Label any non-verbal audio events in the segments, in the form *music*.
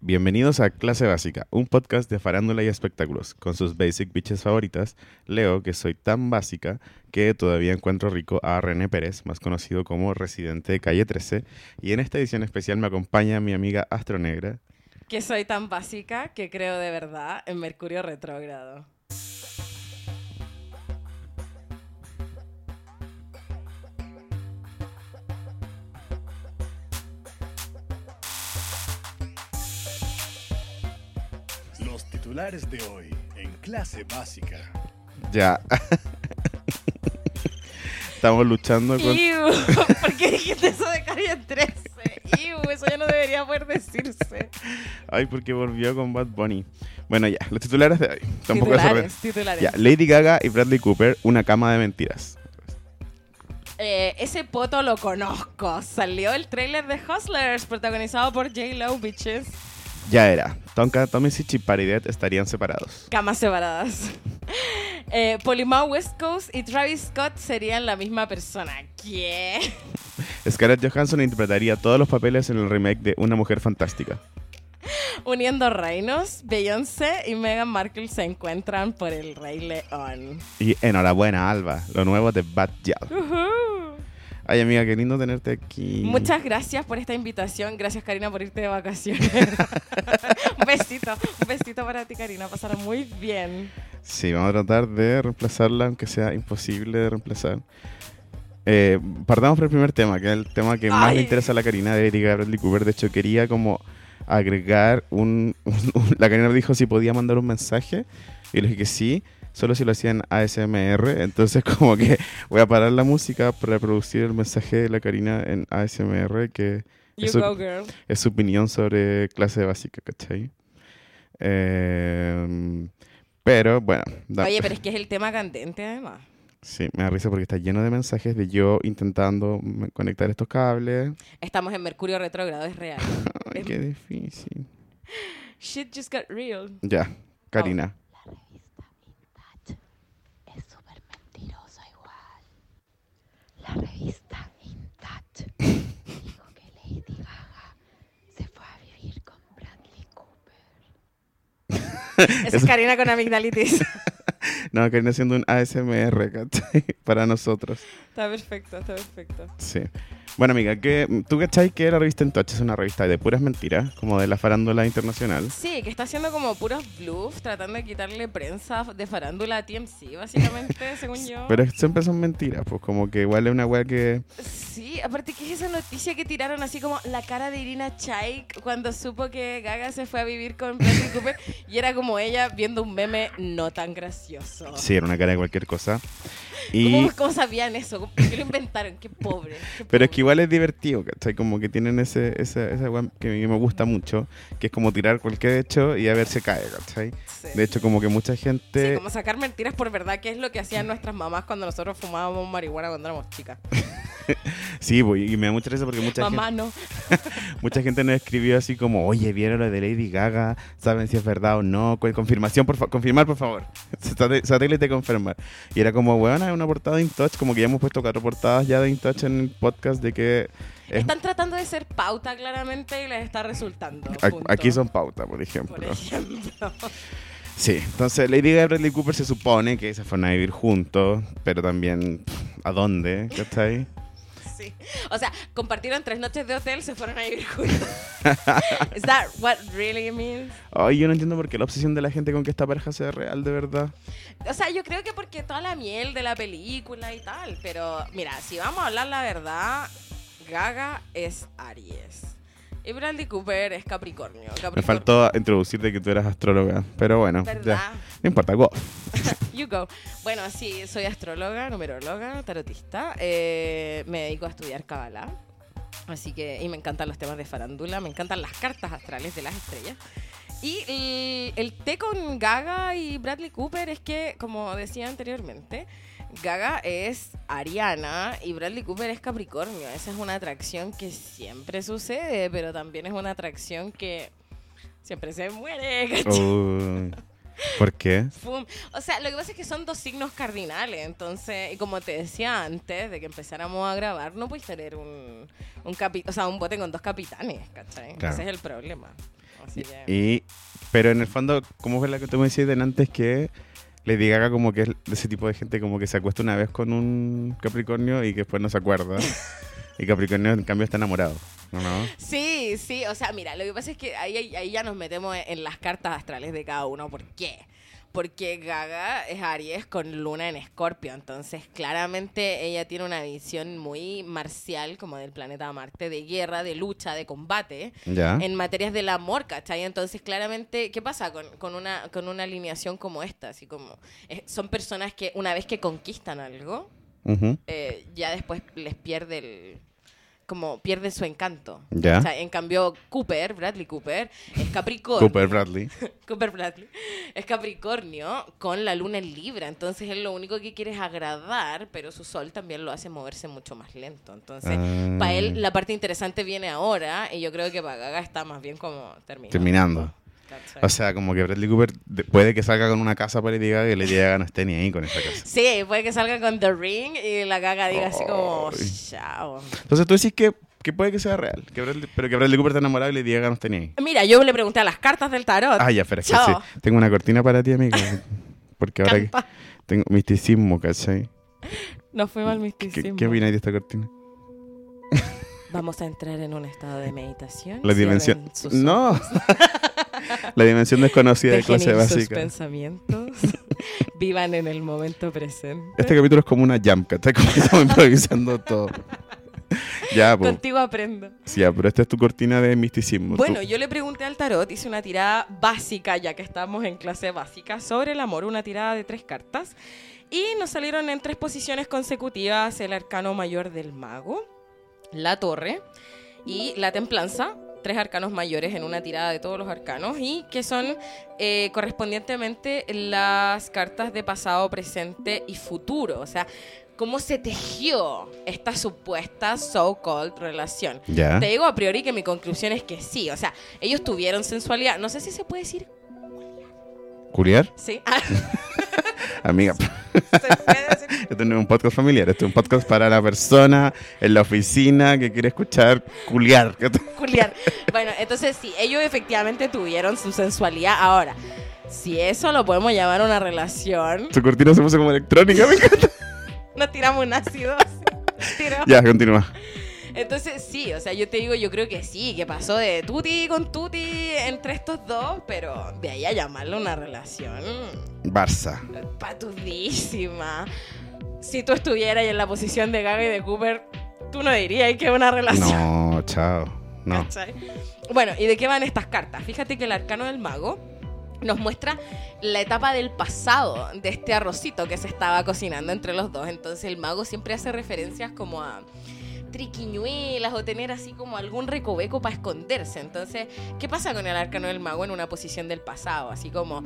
Bienvenidos a Clase Básica, un podcast de farándula y espectáculos, con sus basic bitches favoritas, Leo, que soy tan básica que todavía encuentro rico a René Pérez, más conocido como residente de Calle 13, y en esta edición especial me acompaña mi amiga Astronegra. Que soy tan básica que creo de verdad en Mercurio retrógrado. Los titulares de hoy en clase básica. Ya. *laughs* Estamos luchando con... Iu, *laughs* ¿por qué dijiste eso de Calle 13? Iu, eso ya no debería poder decirse. Ay, porque volvió con Bad Bunny. Bueno, ya, los titulares de hoy. Tampoco titulares, sorprenden. titulares. Ya, Lady Gaga y Bradley Cooper, una cama de mentiras. Eh, ese poto lo conozco. Salió el tráiler de Hustlers, protagonizado por J-Lo, bitches. Ya era. Tonka, Tomisic y Paridet estarían separados. Camas separadas. *laughs* Eh, Polymao West Coast y Travis Scott serían la misma persona. ¿Qué? Scarlett Johansson interpretaría todos los papeles en el remake de Una Mujer Fantástica. *laughs* Uniendo reinos, Beyoncé y Meghan Markle se encuentran por el Rey León. Y enhorabuena, Alba, lo nuevo de Bad Yal. Ujú. Ay, amiga, qué lindo tenerte aquí. Muchas gracias por esta invitación. Gracias, Karina, por irte de vacaciones. *laughs* un besito, un besito para ti, Karina. Pasará muy bien. Sí, vamos a tratar de reemplazarla, aunque sea imposible de reemplazar. Eh, partamos por el primer tema, que es el tema que más Ay. le interesa a la Karina de Erika Bradley Cooper. De hecho, quería como agregar un, *laughs* un- un- La Karina dijo si podía mandar un mensaje, y le dije que sí, solo si lo hacían ASMR. Entonces, *laughs* como que voy a parar la música para reproducir el mensaje de la Karina en ASMR, que You Eso- go, girl. es su opinión sobre clase básica, ¿cachai? Eh, pero bueno, da- Oye, pero es que es el tema candente, además. Sí, me da risa porque está lleno de mensajes de yo intentando me- conectar estos cables. Estamos en Mercurio retrógrado, es real. Ay, Es- qué difícil. Shit just got real. Ya, Karina. Oh. es súper mentirosa igual. La revista Intouch *laughs* dijo que Lady Gaga se fue a vivir con Bradley Cooper. Esa es Karina con amigdalitis. No, Karina haciendo un ASMR, ¿cachai? *laughs* Para nosotros. *laughs* está perfecto, está perfecto. Sí. Bueno, amiga, que ¿tú cachai que la revista Entoche es una revista de puras mentiras? Como de la farándula internacional. Sí, que está haciendo como puros bluffs, tratando de quitarle prensa de farándula a TMC, básicamente, según yo. Pero siempre son mentiras, pues como que igual es una weá que... Sí, aparte que es esa noticia que tiraron así como la cara de Irina Chaik cuando supo que Gaga se fue a vivir con Bradley Cooper y era como ella viendo un meme no tan gracioso. Sí, era una cara de cualquier cosa. Y... ¿Cómo, cómo sabían eso? ¿Por qué lo inventaron? Qué pobre. qué Pero es que pobre. igual es divertido, ¿cachai? Como que tienen ese, esa, esa weá que a mí me gusta mucho, que es como tirar cualquier hecho y a ver si cae, ¿cachai? Sí. De hecho, como que mucha Sí, gente... como sacar mentiras por verdad, que es lo que hacían nuestras mamás cuando nosotros fumábamos marihuana cuando éramos chicas. Sí, pues, y me da mucha risa porque mucha Mamá, gente, no. mucha gente nos escribió así como, oye, ¿vieron lo de Lady Gaga? ¿Saben si es verdad o no? ¿Cuál- Confirmación, por fa- confirmar, por favor. *laughs* Satel- Satélite confirmar. Y era como, bueno, es una portada de InTouch, como que ya hemos puesto cuatro portadas ya de InTouch en el podcast de que... es- Están tratando de ser pauta claramente y les está resultando. a- punto. aquí son pautas, por ejemplo. Por ejemplo. Sí, entonces Lady Gaga y Bradley Cooper se supone que se fueron a vivir juntos, pero también, pff, ¿a dónde? ¿Cachai? *laughs* Sí. O sea, compartieron tres noches de hotel, se fueron a *laughs* vivir juntos. Is that what really means? Ay, yo no entiendo por qué la obsesión de la gente con que esta pareja sea real, de verdad. O sea, yo creo que porque toda la miel de la película y tal, pero mira, si vamos a hablar la verdad, Gaga es Aries. Y Bradley Cooper es Capricornio. Capricornio. Me faltó introducir de que tú eras astróloga, pero bueno, ya. ¿Verdad? No importa, go. You go. Bueno, sí, soy astróloga, numeróloga, tarotista. eh, me dedico a estudiar Kabbalah. Así que, y me encantan los temas de farándula, me encantan las cartas astrales de las estrellas. Y el, el té con Gaga y Bradley Cooper es que, como decía anteriormente, Gaga es Ariana y Bradley Cooper es Capricornio. Esa es una atracción que siempre sucede, pero también es una atracción que siempre se muere. *laughs* ¿cachai? Uy, ¿Por qué? Fum. O sea, lo que pasa es que son dos signos cardinales, entonces, y como te decía antes de que empezáramos a grabar, no puedes tener un, un capi- o sea, un bote con dos capitanes, ¿cachai? Claro. Ese es el problema. Así que. Y, pero en el fondo, como es la que tú me decías antes que Lady Gaga como que es de ese tipo de gente como que se acuesta una vez con un Capricornio y que después no se acuerda. y Capricornio en cambio está enamorado. ¿no? Sí, sí, o sea, mira, lo que pasa es que ahí, ahí ya nos metemos en las cartas astrales de cada uno. ¿Por qué? Porque Gaga es Aries con luna en Escorpio, entonces claramente ella tiene una visión muy marcial, como del planeta Marte, de guerra, de lucha, de combate, ¿Ya? en materias del amor, ¿cachai? Entonces claramente, ¿qué pasa con, con una, con una alineación como esta? Así como, eh, son personas que una vez que conquistan algo, Ujú. eh, ya después les pierde el como pierde su encanto. Ya. O sea, en cambio Cooper, Bradley Cooper, es Capricornio. Cooper Bradley. *laughs* Cooper Bradley. Es Capricornio con la luna en Libra, entonces él lo único que quiere es agradar, pero su sol también lo hace moverse mucho más lento. Entonces, Ah. para él la parte interesante viene ahora y yo creo que para Gaga está más bien como terminando. Terminando. ¿Cachai? Ah. O sea, como que Bradley Cooper de- puede que salga con una casa para Lady Gaga y Lady Gaga no esté ni ahí con esa casa. Sí, puede que salga con The Ring y la Gaga diga así como, Ay. chao. Entonces tú decís que, que puede que sea real, que Bradley- pero que Bradley Cooper está enamorado y Lady Gaga no esté ni ahí. Mira, yo le pregunté a las cartas del tarot. Ah, ya, espera, es que Chao. sí. Tengo una cortina para ti, amiga. Porque ahora que Campa. tengo misticismo, ¿cachai? Nos fuimos al ¿Qué, misticismo. qué opináis de esta cortina? Vamos a entrar en un estado de meditación. La dimensión. Cierren sus ojos, No. *laughs* La dimensión desconocida de Dejen clase ir sus básica. pensamientos. *laughs* Vivan en el momento presente. Este capítulo es como una jam, ¿cachai? Como que estamos improvisando *laughs* todo. Ya, pues. Contigo aprendo. Ya, pero esta es tu cortina de misticismo. Bueno, Tú- yo le pregunté al tarot, hice una tirada básica, ya que estamos en clase básica, sobre el amor, una tirada de tres cartas. Y nos salieron en tres posiciones consecutivas el arcano mayor del mago, la torre y la templanza. Tres arcanos mayores en una tirada de todos los arcanos y que son eh, correspondientemente las cartas de pasado, presente y futuro. O sea, cómo se tejió esta supuesta so-called relación. Ya. Te digo a priori que mi conclusión es que sí. O sea, ellos tuvieron sensualidad. No sé si se puede decir. ¿Culiar? Sí. *laughs* Ah, Amiga, se puede decir. esto no es un podcast familiar, esto es un podcast para la persona en la oficina que quiere escuchar culiar. *laughs* Julián. Bueno, entonces sí, ellos efectivamente tuvieron su sensualidad. Ahora, si eso lo podemos llamar una relación, *laughs* Tu cortina se puso como electrónica, me encanta. nos tiramos un ácido. *laughs* así, tiro. Ya, continúa. Entonces sí, o sea, yo te digo, yo creo que sí, que pasó de tuti con tuti entre estos dos, pero de ahí a llamarlo una relación. Barça. patudísima. Si tú estuvieras en la posición de Gaga y de Cooper, tú no dirías que es una relación. No, chao. No. ¿cachai? Bueno, ¿y de qué van estas cartas? Fíjate que el arcano del mago nos muestra la etapa del pasado de este arrocito que se estaba cocinando entre los dos. Entonces el mago siempre hace referencias como a triquiñuelas o tener así como algún recoveco para esconderse. Entonces, ¿qué pasa con el arcano del mago en una posición del pasado? Así como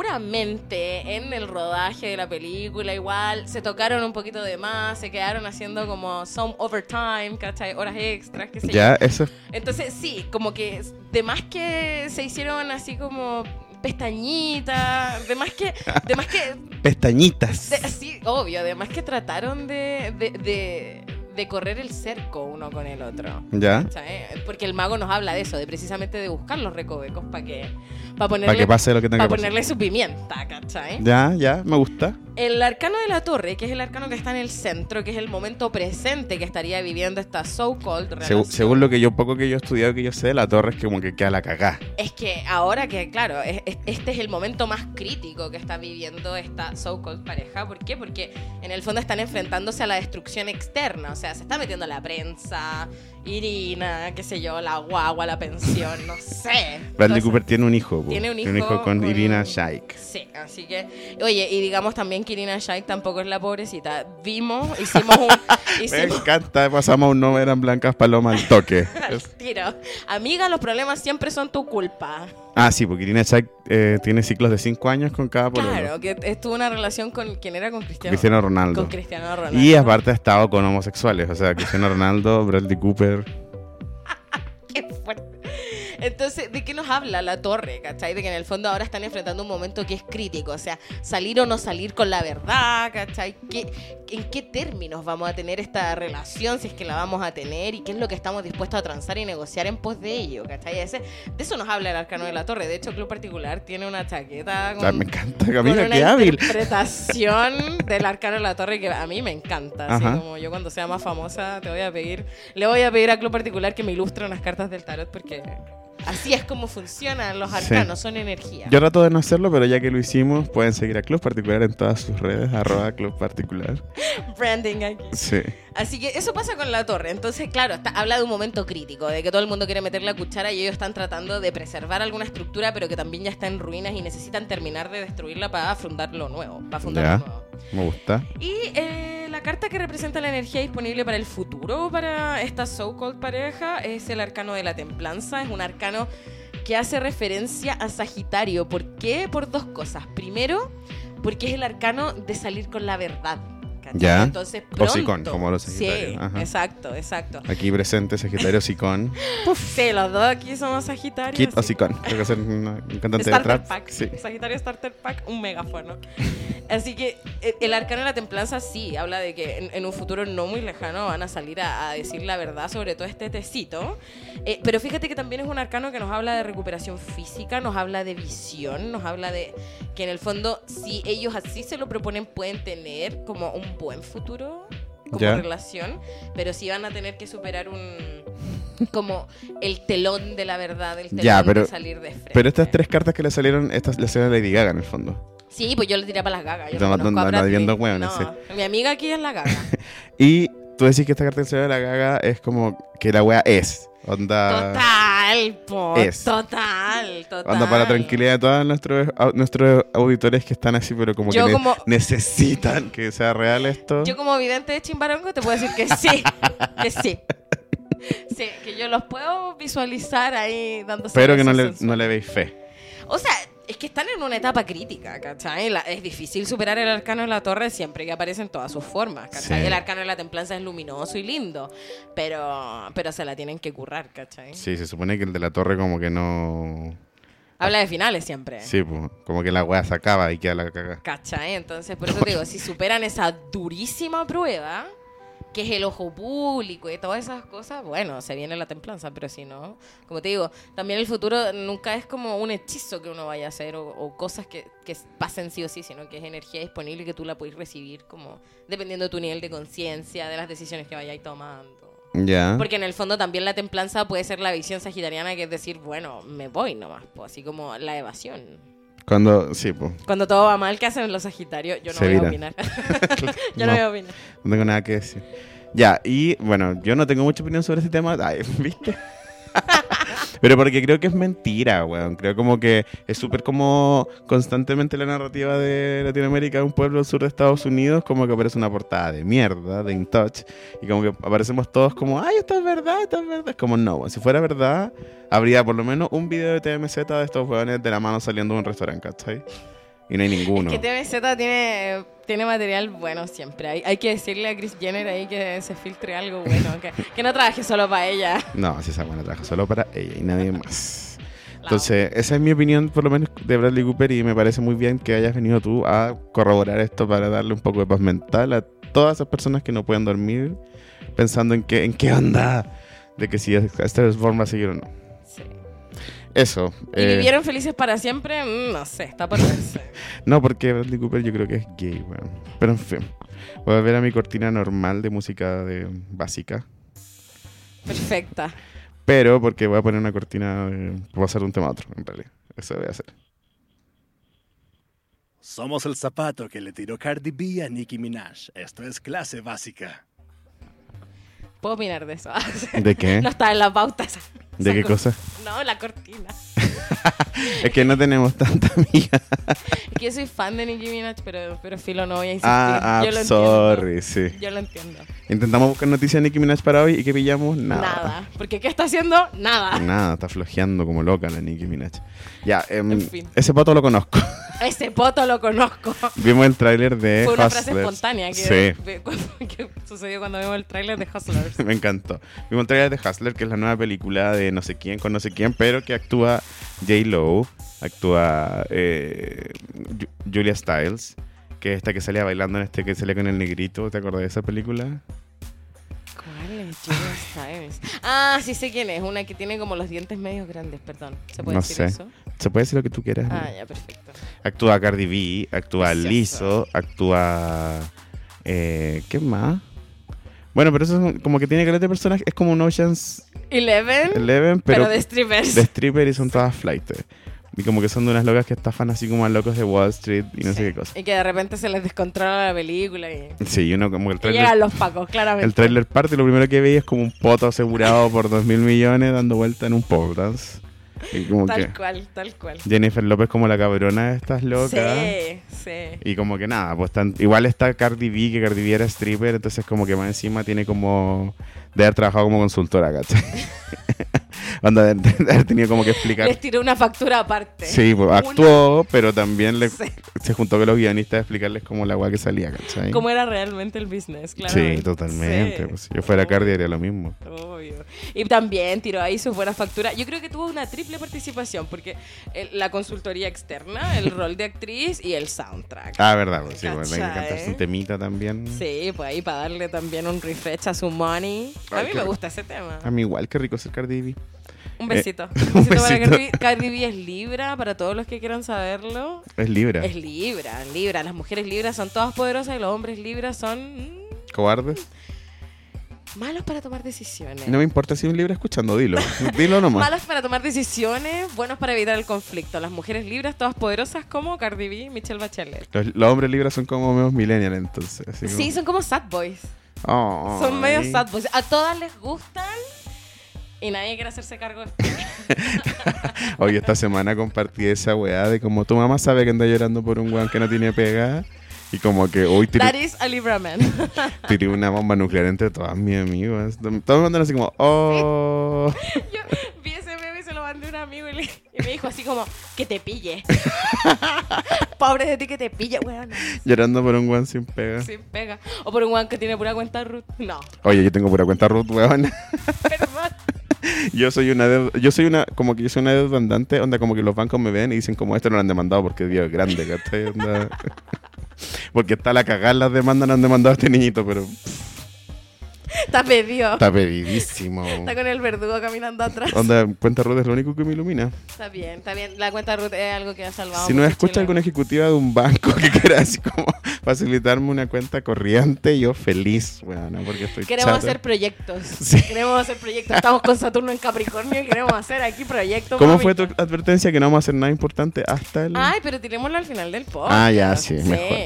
seguramente en el rodaje de la película igual se tocaron un poquito de más, se quedaron haciendo como some overtime, ¿cachai? Horas extras, qué sé yo. Ya, eso es Entonces, sí, como que de más que se hicieron así como pestañitas, de más que, de más que, pestañitas. de- sí, obvio, de más que trataron de, de, de- de correr el cerco uno con el otro. Ya. ¿Cachai? Porque el mago nos habla de eso, de precisamente de buscar los recovecos para que, para Para ponerle, que pase lo que tenga pa' que pasar. ponerle su pimienta, ¿cachai? Ya, ya, me gusta. El arcano de la torre, que es el arcano que está en el centro, que es el momento presente que estaría viviendo esta so-called relación. Segu- según lo que yo, poco que yo he estudiado, que yo sé, la torre es como que queda la cagá. Es que ahora que, claro, es- es- este es el momento más crítico que está viviendo esta so-called pareja. ¿Por qué? Porque en el fondo están enfrentándose a la destrucción externa. O sea, se está metiendo la prensa, Irina, qué sé yo, la guagua, la pensión, no sé. Bradley Entonces, Cooper tiene un hijo. po. Tiene un hijo con, con- Irina Shayk. Sí, así que, oye, y digamos también que Irina Shayk tampoco es la pobrecita. Vimos, *laughs* hicimos un... Me hicimos, encanta, pasamos a un no eran blancas palomas al *laughs* toque. al tiro. Amiga, los problemas siempre son tu culpa. ah, sí, porque Irina Shayk eh, tiene ciclos de 5 años con cada pololo. Claro, que estuvo una relación con quien era con Cristiano. Cristiano Ronaldo. Con Cristiano Ronaldo. *laughs* Y aparte ha estado con homosexuales, o sea, Cristiano Ronaldo, Bradley Cooper. Qué fuerte. Entonces, ¿de qué nos habla la torre? ¿Cachai? De que en el fondo ahora están enfrentando un momento que es crítico, o sea, salir o no salir con la verdad, ¿cachai? ¿Qué, ¿En qué términos vamos a tener esta relación, si es que la vamos a tener, y qué es lo que estamos dispuestos a transar y negociar en pos de ello, ¿cachai? Ese- de eso nos habla el arcano de la torre. De hecho, Club Particular tiene una chaqueta con, Ah, me encanta, con Camila, una qué hábil. interpretación del arcano de la torre que a mí me encanta. Así Ajá. como yo cuando sea más famosa te voy a pedir, le voy a pedir a Club Particular que me ilustre unas cartas del tarot porque así es como funcionan los Sí. arcanos, son energía. Yo trato de no hacerlo, pero ya que lo hicimos, pueden seguir a Club Particular en todas sus redes, arroba Club Particular. Branding aquí. Sí. Así que eso pasa con la torre. Entonces, claro, está- habla de un momento crítico, de que todo el mundo quiere meter la cuchara y ellos están tratando de preservar alguna estructura, pero que también ya está en ruinas y necesitan terminar de destruirla para fundar lo nuevo, para fundar Ya. lo nuevo. Me gusta. Y eh, la carta que representa la energía disponible para el futuro para esta so-called pareja es el arcano de la templanza. Es un arcano que hace referencia a Sagitario. ¿Por qué? Por dos cosas. Primero, porque es el arcano de salir con la verdad. ¿cachai? Ya. Entonces, O pronto. sicón, como los Sí, sagitarios. Ajá. exacto, exacto. Aquí presente Sagitario Sicón. Sí, los dos aquí somos Sagitarios. Kit o así que- Sicón. Creo que es un un cantante de Starter trap. Pack. Sí. *laughs* Sagitario Starter Pack, un megafono. Así que eh, el arcano de la templanza sí habla de que en, en un futuro no muy lejano van a salir a, a decir la verdad sobre todo este tecito. Eh, pero fíjate que también es un arcano que nos habla de recuperación física, nos habla de visión, nos habla de que en el fondo, si ellos así se lo proponen, pueden tener como un buen futuro como Ya. relación, pero sí van a tener que superar un. como el telón de la verdad, el telón Ya, pero- de salir de frente. Pero estas tres cartas que le salieron, estas le salieron a Lady Gaga en el fondo. Sí, pues yo le tiré para las gagas. Yo No, no, no, conozco a no, Brad nadie Pitt. viendo hueones, No, Mi amiga aquí es la gaga. Y tú decís que esta carta que le salieron a la Gaga es como que la wea es. Onda. Total, po. Es. Total, total. Onda Ah. para tranquilidad de todos nuestros, au- nuestros auditores que están así, pero como Yo que ne- como- necesitan que sea real esto. Yo como vidente de Chimbarongo te puedo decir que *laughs* sí, que sí. Sí, que yo los puedo visualizar ahí dándose Pero que no besos le, sensuales. no le veis fe. O sea, es que están en una etapa crítica, ¿cachai? La- es difícil superar el arcano de la torre siempre que aparecen todas sus formas, ¿cachai? Sí. El arcano de la templanza es luminoso y lindo, pero, pero se la tienen que currar, ¿cachai? Sí, se supone que el de la torre como que no... Habla de finales siempre. Sí, pues, como que la weá se acaba y queda la caga. ¿Cachai? Entonces, por eso te digo, si superan esa durísima prueba, que es el ojo público y todas esas cosas, bueno, se viene la templanza, pero si no, como te digo, también el futuro nunca es como un hechizo que uno vaya a hacer o, o cosas que, que pasen sí o sí, sino que es energía disponible que tú la puedes recibir como dependiendo de tu nivel de conciencia, de las decisiones que vayáis tomando. Ya. Porque en el fondo también la templanza puede ser la visión sagitariana, que es decir, bueno, me voy nomás, po, así como la evasión. Cuando... Sí, pues. Cuando todo va mal, ¿qué hacen los Sagitarios? Yo no Se voy a viran. *laughs* opinar. *laughs* Yo no. No. voy a opinar. No tengo nada que decir. Ya, y bueno, yo no tengo mucha opinión sobre este tema, *laughs* ay, ¿viste? Pero porque creo que es mentira, weón. Creo como que es súper como constantemente la narrativa de Latinoamérica, un pueblo del sur de Estados Unidos, como que aparece una portada de mierda, de In Touch, y como que aparecemos todos como, ay, esto es verdad, esto es verdad. Es como, no, weón, si fuera verdad, habría por lo menos un video de TMZ de estos weones de la mano saliendo de un restaurante, ¿cachai? Y no hay ninguno. Que TMZ tiene, tiene material bueno siempre. Hay, hay que decirle a Chris Jenner ahí que se filtre algo bueno. que, que no trabaje solo para ella. No, si esa buena trabaja solo para ella y nadie más. La Entonces, esa es mi opinión, por lo menos, de Bradley Cooper y me parece muy bien que hayas venido tú a corroborar esto para darle un poco de paz mental a todas esas personas que no pueden dormir pensando en qué, en qué onda de que si esta forma va a seguir o no. amo. Sí. Eso. ¿Y eh, vivieron felices para siempre? Mm, no sé, está por verse. *laughs* No, porque Bradley Cooper yo creo que es gay, weón. Pero en fin, voy a ver a mi cortina normal de música de, básica. Perfecta. Pero porque voy a poner una cortina, de- voy a hacer un tema a otro, en realidad. Eso voy a *laughs* hacer. Somos el zapato que le tiró Cardi B a Nicki Minaj. Esto es clase básica. Puedo opinar de eso. ¿De qué? No está en la pauta esa- ¿De esa qué cor- cosa? No, la cortina. Es que no tenemos tanta *laughs* amiga. Es que yo soy fan de Nicki Minaj, pero, pero Filo no voy a *laughs* insistir. Ah, yo ah, lo sorry, entiendo. sí. Yo lo entiendo. Intentamos buscar noticias de Nicki Minaj para hoy y ¿qué pillamos? Nada. Nada. Porque ¿qué está haciendo? Nada. Nada, está flojeando como loca la Nicki Minaj. Ya, em, En fin. ese pato lo conozco. *laughs* Ese poto lo conozco. Vimos el tráiler de Fue una frase Hustlers. espontánea que, Sí. *laughs* que sucedió cuando vimos el tráiler de *laughs* Hustlers. Me encantó. Vimos el tráiler de Hustler, que es la nueva película de no sé quién con no sé quién, pero que actúa J. Lowe, actúa eh, Ju- Julia Stiles, que es esta que salía bailando en este que salía con el negrito. ¿Te acordás de esa película? ¿Cuál es? Julia Stiles. Ah, sí sé quién es. Una que tiene como los dientes medios grandes, perdón. ¿Se puede No decir sé. eso? ¿Se puede decir lo que tú quieras? Ah, ya, perfecto. Actúa Cardi B, actúa Precioso. Lizzo, actúa. Eh, ¿Qué más? Bueno, pero eso es un- como que tiene caleta de personajes. Es como un Ocean's Eleven, pero, Eleven, pero, de strippers. de stripper y son todas flightes. Y como que son de unas locas que estafan así como a locos de Wall Street y no Sí. sé qué cosa. Y que de repente se les descontrola la película y, Sí, y uno como el y llegan trailer, los pacos, claramente. el trailer parte y lo primero que veía es como un poto asegurado por dos mil millones dando vuelta en un pole dance. Y como Tal que cual, tal cual. Jennifer López como la cabrona de estas locas. Sí, sí. Y como que nada, pues tan- igual está Cardi B, que Cardi B era stripper, entonces como que más encima tiene como de haber trabajado como consultora, ¿cachai? *laughs* Onda, de, de haber tenido como que explicar. Les tiró una factura aparte. Sí, pues, Este. Una- actuó, pero también le- Sí. se juntó con los guionistas a explicarles como la agua que salía, ¿cachai? Cómo era realmente el business, claro. sí, totalmente. pues, si yo Uh. fuera Cardi haría lo mismo. Obvio. Y también tiró ahí sus buenas facturas. Yo creo que tuvo una triple participación, porque el- la consultoría externa, *laughs* el rol de actriz y el soundtrack. Ah, verdad, pues sí, bueno, hay que ¿Cachai? cantarse un temita también. Sí, pues ahí para darle también un refresh a su money. A Ay, mí qué me rico. gusta ese tema. A mí igual, qué rico ser Cardi B. Un besito. *laughs* un un besito, para besito. Cardi B. Cardi B es Libra, para todos los que quieran saberlo. Es libra. Es Libra, Libra. Las mujeres Libras son todas poderosas y los hombres Libras son ¿Cobardes? mm, malos para tomar decisiones. No me importa si es un libra escuchando, *laughs* dilo. Dilo nomás. Malos para tomar decisiones, buenos para evitar el conflicto. Las mujeres libres, todas poderosas como Cardi B, Michelle Bachelet. Los, los hombres libres son como menos millennial entonces. así como- Sí, son como sad boys. Ay. Son medio sad boys. A todas les gustan y nadie quiere hacerse cargo. de- Oye, esta semana compartí esa weá de como tu mamá sabe que anda llorando por un weón que no tiene pega. Y como que hoy That tiré, is a Libra man. tiré una bomba nuclear entre todas mis amigas. Todos me andan así como, oh. *laughs* *laughs* Yo vi ese meme y se lo mandé a un amigo y, le- y me dijo así como, que te *laughs* pille. *laughs* Pobre de ti que te pille, weón. Llorando por un weón sin pega. Sí, pega. O por un guan que tiene pura cuenta root. *laughs* No, Oye, yo tengo pura cuenta Ruth, weón. *laughs* perdón. Yo soy una deuda, yo soy una, como que yo soy una deuda andante, onda como que los bancos me ven y dicen como este no lo han demandado porque Dios es grande, ¿cachai? Onda. *laughs* Porque está la cagada las demandas, no han demandado a este niñito, pero Está pedido. está *laughs* Oh, pedidísimo. Está con el verdugo caminando atrás. Onda, cuenta Ruth es lo único que me ilumina. Está bien, está bien. La cuenta Ruth es algo que ha salvado. Si no mucho escucha Chile. alguna ejecutiva de un banco que quiera así como facilitarme una cuenta corriente, yo feliz, weón, porque estoy Queremos chato. hacer *laughs* proyectos. Sí. Queremos hacer proyectos. Estamos con Saturno en Capricornio y queremos hacer aquí proyectos. ¿Cómo mami. fue tu advertencia que no vamos a hacer nada importante hasta el... Ay, pero tirémoslo al final del podcast. Ah, ya, sí, mejor.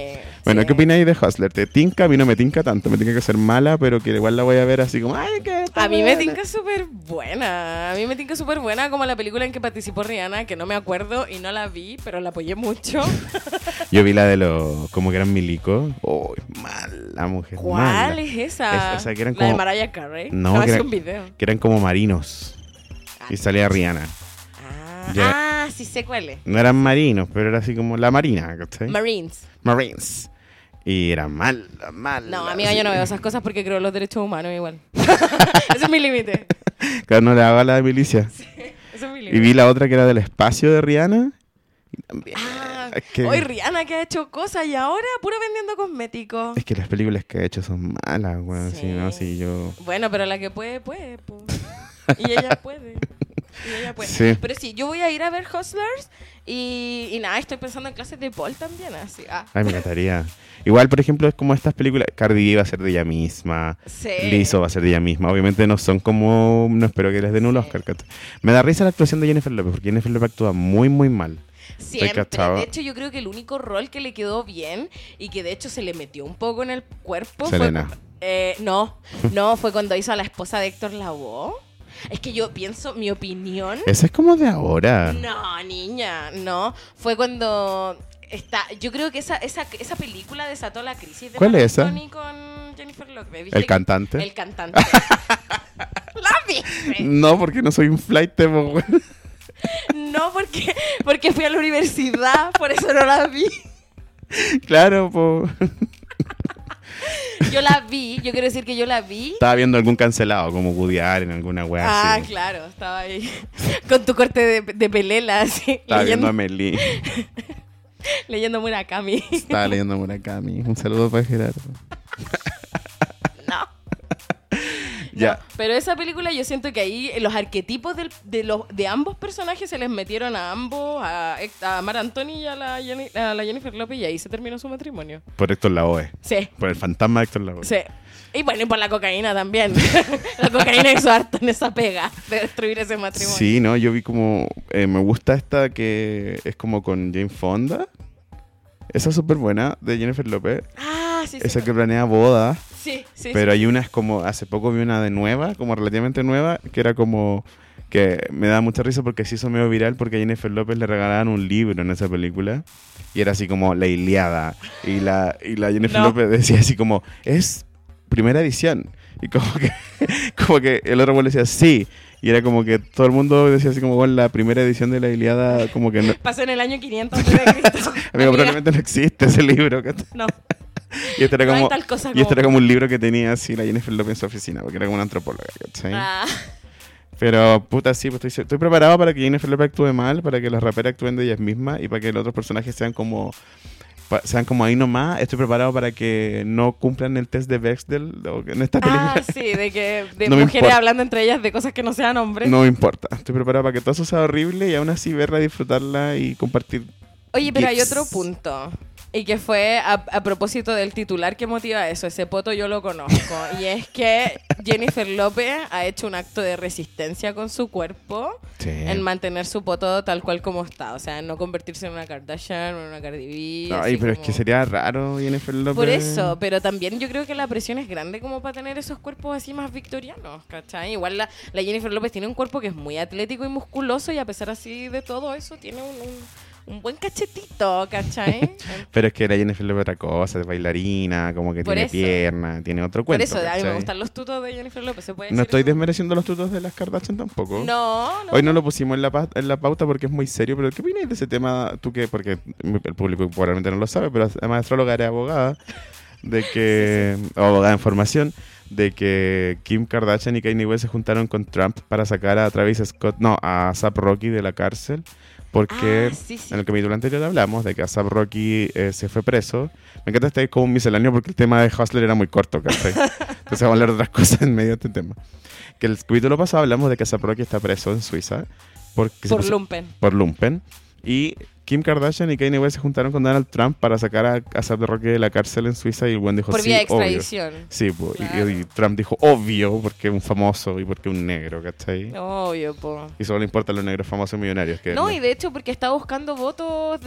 Bueno, sí. ¿qué opináis de Hustler? ¿Te tinca? A mí no me tinca tanto, me tinca que ser mala, pero que igual la voy a ver así como, ay, que... A mí me tinca súper buena. A mí me tinca súper buena como la película en que participó Rihanna, que no me acuerdo y no la vi, pero la apoyé *laughs* mucho. Yo vi la de los, como que eran milico. Oh, mala mujer. ¿Cuál mala. es esa? Es- o sea, que eran la de como- Mariah Carey. No, Estaba que haciendo eran- un video. Que eran como marinos. Y salía Rihanna. Ah, Ya. ah, sí sé cuál es. No eran marinos, pero era así como la marina, ¿cachai? Marines. Marines. Y era mala, mala. No, amiga, yo no veo esas cosas porque creo en los derechos humanos igual. Ese es mi límite. *laughs* Claro, no le hago a la de milicia. Ese es mi y límite. vi la otra que era del espacio de Rihanna. Y también... Ah, es que- Hoy Rihanna que ha hecho cosas y ahora pura vendiendo cosméticos. Es que las películas que ha hecho son malas, weón. Oh. Sí. Sí, no, sí, yo. Bueno, pero la que puede, puede. po. *laughs* Y ella puede. Y ella puede. Sí. Pero sí, yo voy a ir a ver Hustlers y, y nada, estoy pensando en clases de Paul también, así. Ah, Ay, me encantaría. Igual, por ejemplo, es como estas películas. Cardi B va a ser de ella misma. sí. Lizzo va a ser de ella misma. Obviamente no son como. No espero que les den un Oscar. ¿cachai? Me da risa la actuación de Jennifer López, porque Jennifer López actúa muy, muy mal. Siempre. cachado. De hecho, yo creo que el único rol que le quedó bien y que de hecho se le metió un poco en el cuerpo Selena. fue. Eh, no, no, fue cuando hizo a la esposa de Héctor Lavoe. Es que yo pienso, mi opinión. Esa es como de ahora. No, niña, no. Fue cuando. Está, yo creo que esa, esa, esa película desató la crisis de ¿Cuál Marc es esa? Anthony con Jennifer Lopez. ¿Viste ¿El que- cantante? El cantante. *laughs* la viste. No, porque no soy un flight, po, weón. No, porque, porque fui a la universidad, por eso no la vi. Claro, po. Yo la vi, yo quiero decir que yo la *laughs* vi. Estaba viendo algún cancelado, como Woody Allen, alguna weá Ah, así. claro, estaba ahí *laughs* con tu corte de, de pelela, así, Estaba viendo a leyendo, Merlín. *laughs* leyendo Murakami. Estaba leyendo a Murakami. Un saludo para Gerardo. *laughs* No. Ya. Pero esa película yo siento que ahí los arquetipos del- de, los, de ambos personajes se les metieron a ambos, a, Hec- a Mar Anthony y a la, Jenny- a la Jennifer López y ahí se terminó su matrimonio. Por Héctor Lavoe. Sí, Por el fantasma de Héctor Lavoe. sí. Y bueno, y por la cocaína también. *laughs* la cocaína hizo harto en esa pega de destruir ese matrimonio. Sí, no, yo vi como. eh, me gusta esta que es como con Jane Fonda. Esa es súper buena de Jennifer López. Ah, sí, sí. Esa que planea boda. Sí, sí, pero hay unas como. Hace poco vi una de nueva, como relativamente nueva, que era como. Que me da mucha risa porque se hizo medio viral porque a Jennifer López le regalaban un libro en esa película. Y era así como la Iliada. Y la, y la Jennifer No. López decía así como. Es primera edición. Y como que, *laughs* como que el otro güey le decía sí. Y era como que todo el mundo decía así como bueno, la primera edición de la Iliada. Como que no, sí. Pasó en el año 500 antes *laughs* de Cristo. amigo, Amiga, probablemente no existe ese libro. ¿cachai? No, Y este era No hay como, tal cosa y este como- era como un libro que tenía así la Jennifer López en su oficina, porque era como una antropóloga, ¿cachai? Ah, Pero, puta, sí, pues estoy, estoy preparado para que Jennifer López actúe mal, para que las raperas actúen de ellas mismas y para que los otros personajes sean como pa- sean como ahí nomás. Estoy preparado para que no cumplan el test de Bexdel o que en esta película. *laughs* Ah, sí, de que de No me mujeres importa. hablando entre ellas de cosas que no sean hombres. No me importa. Estoy preparado para que todo eso sea horrible y aún así verla, disfrutarla y compartir. Oye, pero hay Yes. otro punto. Y que fue a, a propósito del titular que motiva eso. Ese poto yo lo *laughs* conozco. y es que Jennifer López ha hecho un acto de resistencia con su cuerpo en mantener su poto tal cual como está. O sea, en no convertirse en una Kardashian o en una Cardi B. Ay, así pero es como- que sería raro Jennifer López. Por eso, pero también yo creo que la presión es grande como para tener esos cuerpos así más victorianos, ¿cachai? Igual la, la Jennifer López tiene un cuerpo que es muy atlético y musculoso y a pesar así de todo eso tiene un, un- un buen cachetito, *laughs* ¿cachai? Pero es que la Jennifer López es otra cosa, es bailarina, como que Por tiene eso. pierna, tiene otro Por cuento. eso, a mí me ¿cachai? gustan los tutos de Jennifer López, ¿se puede No decir estoy eso? desmereciendo los tutos de las Kardashian tampoco. No, no. Hoy no lo pusimos en la, pa- en la pauta porque es muy serio, pero ¿qué opinas de ese tema? Tú que, porque el público probablemente no lo sabe, pero además astróloga era abogada, *laughs* de que, o abogada en formación, de que Kim Kardashian y Kanye West se juntaron con Trump para sacar a Travis Scott, no, a Zap Rocky de la cárcel, porque Ah, sí, sí. en el capítulo anterior hablamos de que Asap Rocky eh, se fue preso. Me encanta este como un misceláneo porque el tema de Hustler era muy corto, *laughs* ¿cachai? Entonces vamos a hablar de otras cosas en medio de este tema. Que el capítulo pasado hablamos de que Asap Rocky está preso en Suiza porque se Por puso- lumpen. por lumpen. Y Kim Kardashian y Kanye West se juntaron con Donald Trump para sacar a Asap Rocky de la cárcel en Suiza y el buen dijo Por sí, vía de obvio". extradición. Sí, po, y- Claro. y, Trump dijo obvio porque es un famoso y porque es un negro, ¿cachai? Obvio, po. Y solo le importan los negros famosos y millonarios. Que No, y de hecho porque está buscando votos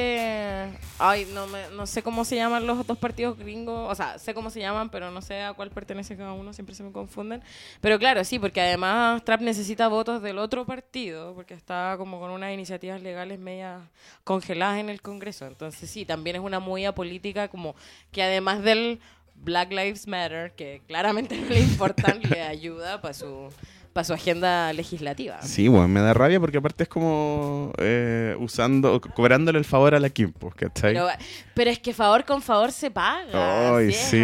de... Ay, no, me- no sé cómo se llaman los dos partidos gringos, o sea, sé cómo se llaman, pero no sé a cuál pertenece cada uno, siempre se me confunden. Pero claro, sí, porque además Trump necesita votos del otro partido, porque está como con unas iniciativas legales medias congeladas en el Congreso. Entonces sí, también es una movida política como que además del Black Lives Matter, que claramente no le importan, le ayuda para su, para su agenda legislativa. Sí, bueno, me da rabia porque aparte es como eh, usando, co- cobrándole el favor a la Kim, pues, ¿cachai? Pero, pero es que favor con favor se paga. Ay, si es sí.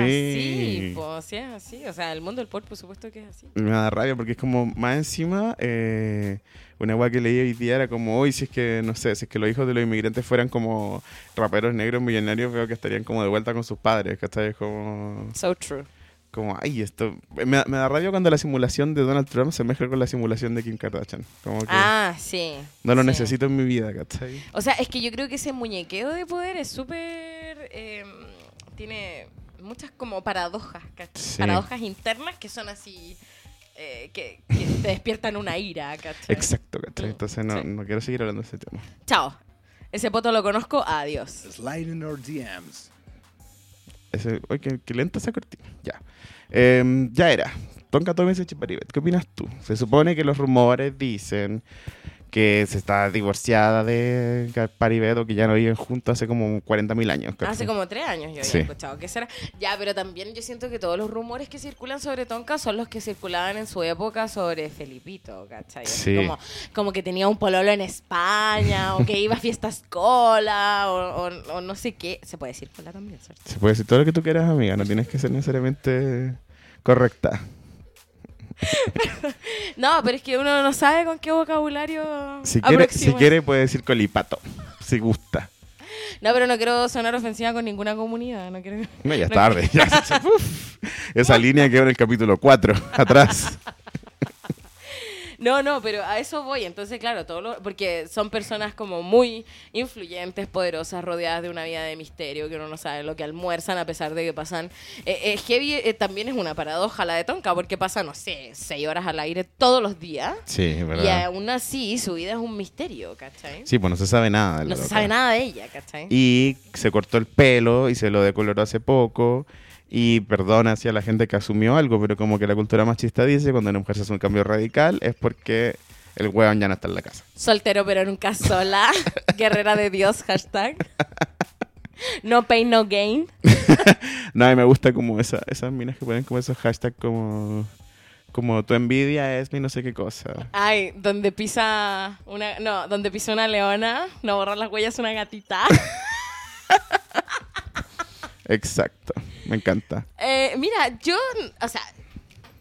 así, po, si es así. O sea, el mundo del porn, por supuesto que es así. Me da rabia porque es como, más encima, eh, una guay que leí hoy día era como, hoy si es que, no sé, si es que los hijos de los inmigrantes fueran como raperos negros millonarios, veo que estarían como de vuelta con sus padres, ¿cachai? Es como, So true. como ay, esto... Me, da- me da rabia cuando la simulación de Donald Trump se mezcla con la simulación de Kim Kardashian. Como que Ah, sí. no lo sí. necesito en mi vida, ¿cachai? O sea, es que yo creo que ese muñequeo de poder es súper. eh, tiene muchas como paradojas, ¿cachai? Sí. Paradojas internas que son así. eh, que, que te despiertan una ira, ¿cachai? Exacto, ¿cachai? Entonces no, Sí. no quiero seguir hablando de ese tema. Chao. Ese poto lo conozco, adiós. Sliding our DMs. Ese, oye, qué, qué lenta esa cortina. Ya. Em, ya era. Tonka Tommy se Chiparibe. ¿Qué opinas tú? Se supone que los rumores dicen que se está divorciada de Gaspar y Beto, que ya no viven juntos hace como 40.000 años. Ah, Hace ¿cachai? como tres años yo había Sí. escuchado que será. Ya, pero también yo siento que todos los rumores que circulan sobre Tonka son los que circulaban en su época sobre Felipito, ¿cachai? Así Sí. Como, como que tenía un pololo en España, o que iba a fiestas cola, o, o- o no sé qué. Se puede decir cola también, ¿cierto? Se puede decir todo lo que tú quieras, amiga, no tienes que ser necesariamente correcta. No, pero es que uno no sabe con qué vocabulario Si quiere, si aproximarse. quiere puede decir colipato, si gusta. No, pero no quiero sonar ofensiva con ninguna comunidad. No quiero... No, ya es No tarde. ya. Uf. Esa línea quedó en el capítulo 4, *laughs* atrás. No, no, pero a eso voy. Entonces, claro, todo lo- porque son personas como muy influyentes, poderosas, rodeadas de una vida de misterio, que uno no sabe lo que almuerzan a pesar de que pasan. Eh, eh, heavy eh, también es una paradoja la de Tonka, porque pasa, no sé, seis horas al aire todos los días. Sí, es Y verdad. aún así, su vida es un misterio, ¿cachai? Sí, pues no se sabe nada. de la no se loca. sabe nada de ella, ¿cachai? Y se cortó el pelo y se lo decoloró hace poco. Y perdona hacia la gente que asumió algo, pero como que la cultura machista dice, cuando una mujer se hace un cambio radical es porque el hueón ya no está en la casa. Soltero pero *laughs* nunca sola. Guerrera de Dios, hashtag. No pain, no gain. No, y me gusta como esa, esas minas que ponen como esos hashtags como, como tu envidia es mi no sé qué cosa. Ay, donde pisa una. No, donde pisa una leona, no borrar las huellas una gatita. Exacto, me encanta. Eh, mira, yo. O sea,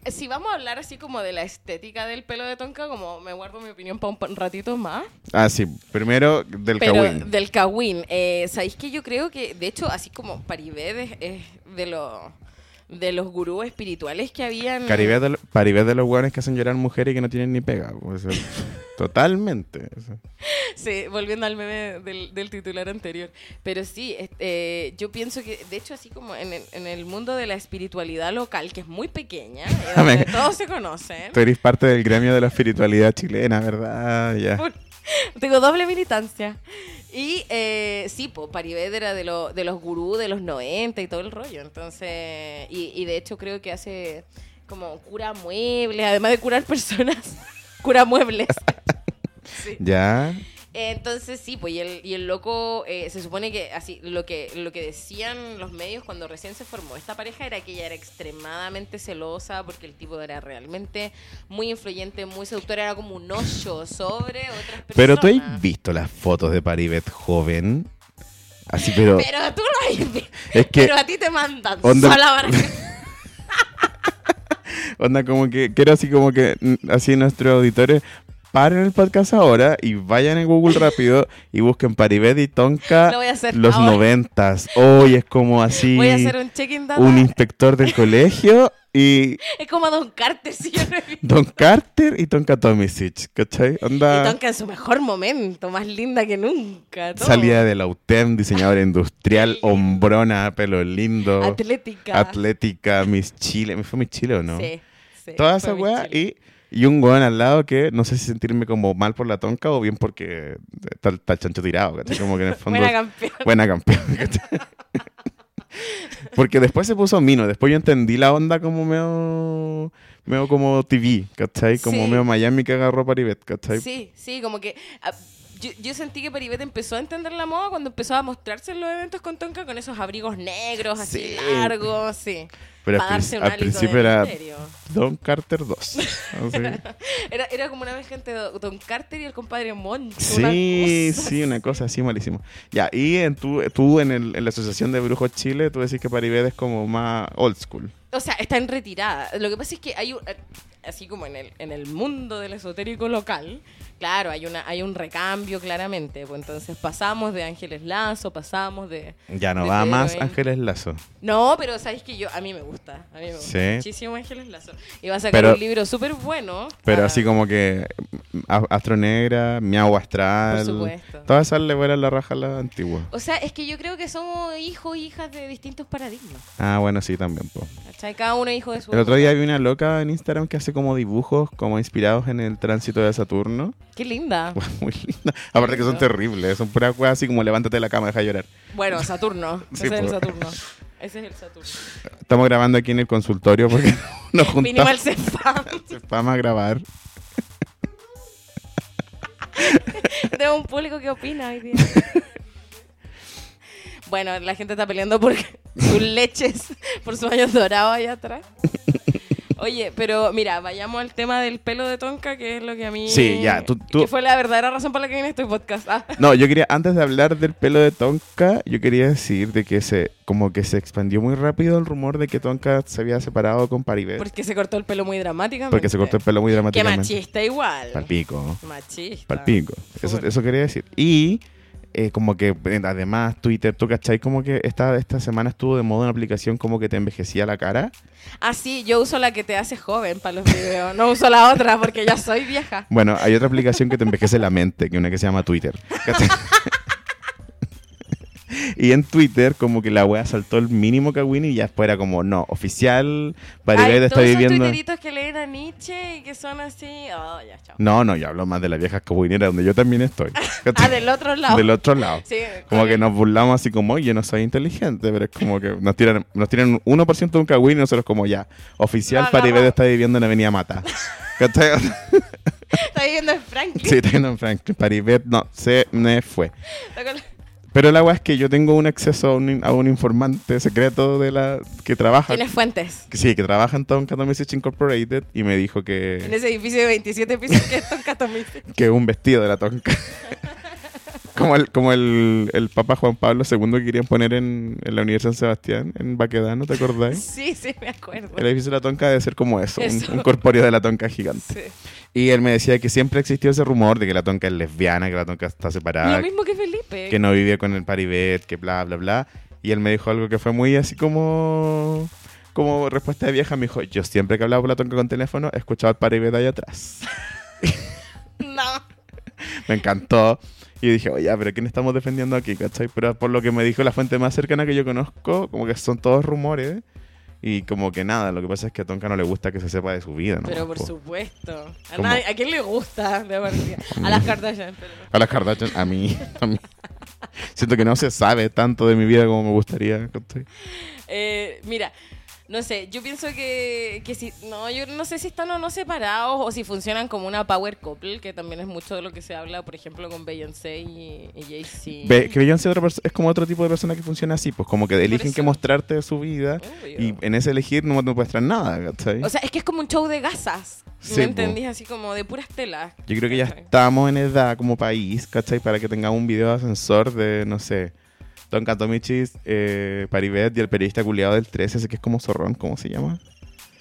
si vamos a hablar así como de la estética del pelo de Tonka, como me guardo mi opinión para un, pa- un ratito más. Ah, sí, primero del pero Kawin. del Kawin. Eh, ¿Sabéis que yo creo que, de hecho, así como Paribet es, es de los. De los gurús espirituales que habían. Caribe de, lo- Paribet de los hueones que hacen llorar mujeres y que no tienen ni pega. pues, eh, *laughs* totalmente. Sí, volviendo al meme del, del titular anterior. Pero sí, este, eh, yo pienso que, de hecho, así como en el, en el mundo de la espiritualidad local, que es muy pequeña, eh, donde Amén. todos se conocen, Tú eres parte del gremio de la espiritualidad chilena, ¿verdad? Ya. tengo doble militancia. Y eh, sí, pues Paribet era de, lo- de los gurús de los 90 y todo el rollo. Entonces, y, y de hecho creo que hace como cura muebles, además de curar personas, *laughs* cura muebles. Sí. Ya. Entonces sí, pues y el, y el loco eh, se supone que así lo que lo que decían los medios cuando recién se formó esta pareja era que ella era extremadamente celosa porque el tipo era realmente muy influyente, muy seductor, era como un hoyo sobre otras personas. Pero tú has visto las fotos de Paribet joven. Así, pero Pero tú lo has visto. es que Pero a ti te mandan Onda- sola para *laughs* que- onda como que quiero así como que mm, así nuestros auditores paren el podcast ahora y vayan en Google rápido y busquen Paribet y Tonka Lo voy a hacer los ahora. noventas. Hoy es como así Voy a hacer un check-in data. un inspector del colegio y Es como Don Carter, si yo no he visto. Don Carter y Tonka Tomisic, ¿cachai? Y Onda Tonka en su mejor momento, más linda que nunca. todo. salida de la UTEM, diseñadora industrial, Sí. hombrona, pelo lindo, Atlética. atlética, Miss Chile, ¿me fue Miss Chile o no? Sí, sí, Toda fue esa mi weá chile. y, y un weón al lado que no sé si sentirme como mal por la Tonka o bien porque está, está el chancho tirado, ¿cachai? Como que *laughs* en el fondo... Buena campeona. Buena campeona. *laughs* ¿cachai? Porque después se puso Mino, después yo entendí la onda como medio, medio como TV, ¿cachai? Como Sí. medio Miami que agarró Paribet, ¿cachai? Sí, sí, como que ah, yo, yo sentí que Peribet empezó a entender la moda cuando empezó a mostrarse en los eventos con Tonka con esos abrigos negros así Sí. largos, sí. Pero Para al, darse prin- un al hálito principio de era misterio. Don Carter *laughs* 2. Era, era como una vez gente de Don Carter y el compadre Moncho. una Sí, cosa. sí, una cosa así malísima. Ya, y en tu, tú en, el- en la Asociación de Brujos Chile, tú decís que Paribet es como más old school. O sea, está en retirada. Lo que pasa es que hay un- eh, así como en el, en el mundo del esotérico local, claro, hay una hay un recambio claramente. Pues entonces pasamos de Ángeles Lazo, pasamos de Ya no de va Pedro más en- Ángeles Lazo. No, pero sabes que yo, a mí me gusta. A mí me gusta Sí. muchísimo Ángeles Lazo. Y va a sacar Pero- un libro súper bueno. Pero Ah, así como que mm, a- Astro Negra, Miau Por Astral. supuesto. Todas esas le vuelan la raja a la antigua. O sea, es que yo creo que somos hijos e hijas de distintos paradigmas. Ah, bueno, sí, también. po. ¿cachai? Cada uno es hijo de su. El otro mundo. día vi una loca en Instagram que hace como dibujos como inspirados en el tránsito de Saturno. *laughs* Qué linda. Guau, Muy linda. Aparte que son terribles, son puras weas así como levántate de la cama, deja de llorar. Bueno, Saturno. Sí, Ese es el pues. Saturno. Ese es el Saturno. Estamos grabando aquí en el consultorio *laughs* porque *laughs* nos Minimal juntamos Cefam. vamos a grabar. de un público que opina hoy día. *laughs* Bueno, la gente está peleando por *laughs* sus leches, por sus años dorados allá atrás. Oye, pero mira, vayamos al tema del pelo de Tonka, que es lo que a mí. Sí, ya, tú- tú- Eh, Que fue la verdadera razón por la que vine a este podcast. Ah, No, yo quería, antes de hablar del pelo de Tonka, yo quería decir de que se, como que se expandió muy rápido el rumor de que Tonka se había separado con Paribet. porque se cortó el pelo muy dramáticamente. Porque se cortó el pelo muy Qué dramáticamente. machista Ah, igual. Palpico. Machista. Palpico. Eso, Súper. eso quería decir. Y eh, como que eh, además Twitter, ¿tú cachai? Como que esta, esta semana estuvo de moda una aplicación como que te envejecía la cara. Ah, sí, yo uso la que te hace joven para los videos. No uso la otra porque ya soy vieja. Bueno, hay otra aplicación que te envejece la mente, que una que se llama Twitter. ¿Cachai? y en Twitter como que la wea saltó el mínimo Kawin y ya después era como, no, oficial, Paribet Ay, está todos esos viviendo... tuiteritos que leen a Nietzsche y que son así. Oh, ya, chao. No, no, yo hablo más de las viejas Kawinera, donde yo también estoy. ¿Cachai? *laughs* Ah, del otro lado. Del otro lado. Sí, Como con que el- nos burlamos así como, oye, no soy inteligente, pero es como que nos tiran, nos tiran 1% de un cagüín y nosotros como ya, oficial Lo Paribet agarramos. está viviendo en Avenida *laughs* Mata. ¿Cachai? *laughs* Está viviendo el Frank. sí, está viviendo en Franklin. Paribet no, se me fue. Está con- Pero la weá es que yo tengo un acceso a un, in- a un informante secreto de la que trabaja. Tienes fuentes. que Sí, que trabaja en Tonka Domestic Incorporated y me dijo En que, ese edificio de 27 pisos que es Toncatomice. que un vestido de la Tonka. *laughs* como el, como el, el Papa Juan Pablo II que querían poner en, en la Universidad de San Sebastián, en Baquedano, ¿te acordáis? Sí, sí, me acuerdo. El edificio de la tonca debe ser como eso, un- Eso. Un, corpóreo de la tonca gigante. Sí. Y él me decía que siempre existió ese rumor de que la tonca es lesbiana, que la tonca está Lo separada, mismo que Felipe. Ah, que no vive con el paribet, que bla, bla, bla. Y él me dijo algo que fue muy así como como respuesta de vieja. Me dijo, yo siempre que hablaba por la tonca con teléfono, he escuchado al paribet allá atrás. *laughs* No. me encantó. Y dije, oye, pero ¿quién estamos defendiendo aquí? ¿Cachai? Pero por lo que me dijo la fuente más cercana que yo conozco, como que son todos rumores. Y como que nada, lo que pasa es que a Tonka no le gusta que se sepa de su vida, ¿no? Pero por Po. supuesto. A, ¿Cómo? nadie- ¿a quién le gusta de partida? A las Kardashian. Pero... A las Kardashian, a mí, *laughs* a mí. Siento que no se sabe tanto de mi vida como me gustaría. ¿cachai? Eh, mira, no sé, yo pienso que, que si. No, yo no sé si están o no separados o si funcionan como una power couple, que también es mucho de lo que se habla, por ejemplo, con Beyoncé y, y Jay-Z. Ve- que Beyoncé otra perso- es como otro tipo de persona que funciona así, pues como que eligen eso. que mostrarte de su vida Obvio. y en ese elegir no te muestran nada, ¿cachai? O sea, es que es como un show de gasas. Sí, po. ¿Me entendís? Así como de puras telas. Yo creo que ya ¿Cachai? estamos en edad como país, ¿cachai? Para que tengamos un video de ascensor de, no sé, Don Catomichis, eh, Paribet y el periodista culiado del 13, ese que es como zorrón, ¿cómo se llama?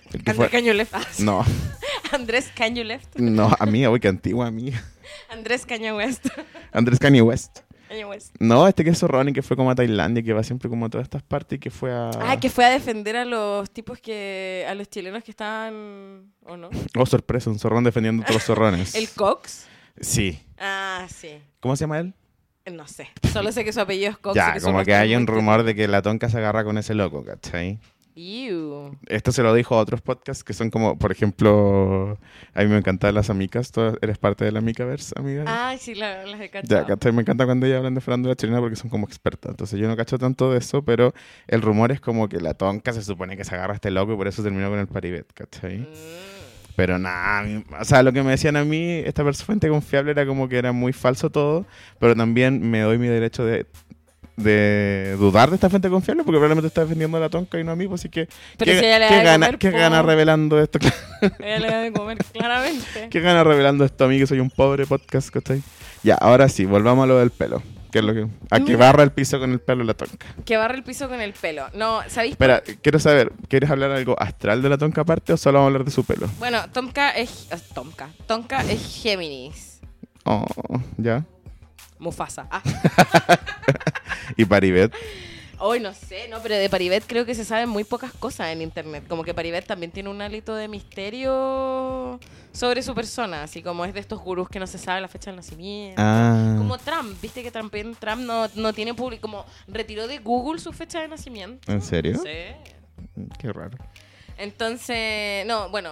El que Andrés fue- Cañulef. Ah, sí. No, *laughs* Andrés Cañulef. no, amiga, uy, qué antigua amiga. Andrés Caña West. *laughs* Andrés Kanye West. Caña West. No, este que es zorrón y que fue como a Tailandia, que va siempre como a todas estas partes y que fue a... Ah, que fue a defender a los tipos que. a los chilenos que estaban. *laughs* ¿O no? Oh, sorpresa, un zorrón defendiendo a otros zorrones. El Cox. Sí. Ah, sí. ¿Cómo se llama él? No No sé. Solo sé que su apellido es Cox. y ya, su como que rostro hay es un muy rumor de que la tonca se agarra con ese loco, ¿cachai? Iu. Esto se lo dijo a otros podcasts que son como, por ejemplo, a mí me encantan las amicas. ¿Tú eres parte de la Amicaverse, amiga? Ay, sí, la- las he Ya, cachado. ¿cachai? Me encanta cuando ellas hablan de farándula chilena porque son como expertas. Entonces yo no cacho tanto de eso, pero el rumor es como que la tonca se supone que se agarra a este loco y por eso terminó con el paribet, ¿cachai? Mm. Pero nada, a mí- o sea, lo que me decían a mí, esta persona fuente confiable era como que era muy falso todo, pero también me doy mi derecho de, de dudar de esta fuente confiable porque probablemente está defendiendo a la tonca y no a mí, pues así que Pero ¿qué, si ella le qué da de gana, comer, qué po. gana revelando esto? *laughs* Ella le da de comer, claramente. ¿Qué gana revelando esto a mí que soy un pobre podcast, cachai? Ya, ahora sí, volvamos a lo del pelo, que es lo que a que Mira. barra el piso con el pelo la tonca. Que barre el piso con el pelo. No, ¿sabéis? Espera, quiero saber, ¿quieres hablar algo astral de la tonca aparte o solo vamos a hablar de su pelo? Bueno, Tomka es. es Tomka. Tomka es Géminis. Oh, ya. Mufasa. Ah. Y Paribet. Hoy no sé, no, pero de Paribet creo que se saben muy pocas cosas en internet. Como que Paribet también tiene un hálito de misterio sobre su persona, así como es de estos gurús que no se sabe la fecha del nacimiento. Ah. Como Trump, viste que Trump, Trump no, no tiene público, como retiró de Google su fecha de nacimiento. ¿En serio? Sí. Qué raro. Entonces, no, bueno,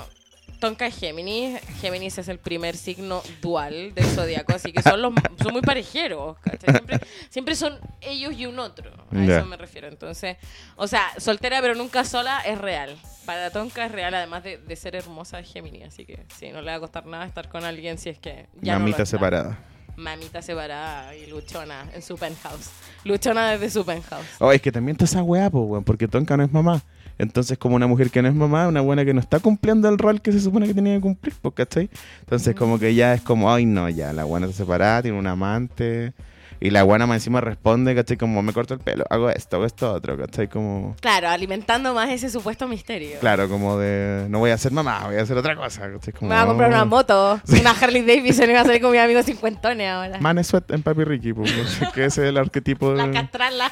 Tonka es Géminis. Géminis es el primer signo dual del zodiaco, así que *laughs* son los son muy parejeros. ¿cachai? Siempre, siempre son ellos y un otro. A Ya. eso me refiero. Entonces, o sea, soltera pero nunca sola es real. Para Tonka es real, además de, de ser hermosa es Géminis. Así que sí, no le va a costar nada estar con alguien si es que ya no lo Mamita está. separada. mamita separada y luchona en su penthouse. Luchona desde su penthouse. Oh, es que también está esa weá, po, weón, porque Tonka no es mamá. Entonces, como una mujer que no es mamá, una buena que no está cumpliendo el rol que se supone que tenía que cumplir, po, ¿cachai? Entonces, como que ya es como, ay, no, ya, la buena está separada, tiene un amante. Y la buena más encima responde, ¿cachai? Como, me corto el pelo, hago esto, hago esto, otro, ¿cachai? Como, Claro, alimentando más ese supuesto misterio. claro, como de, no voy a ser mamá, voy a hacer otra cosa, ¿cachai? Como, Me voy a comprar una oh. moto, una Harley Davidson y voy a salir con mis amigos cincuentones ahora. Man sweat en Papi Ricky, po, *laughs* ¿cachai? que ese es el arquetipo La de... castrala.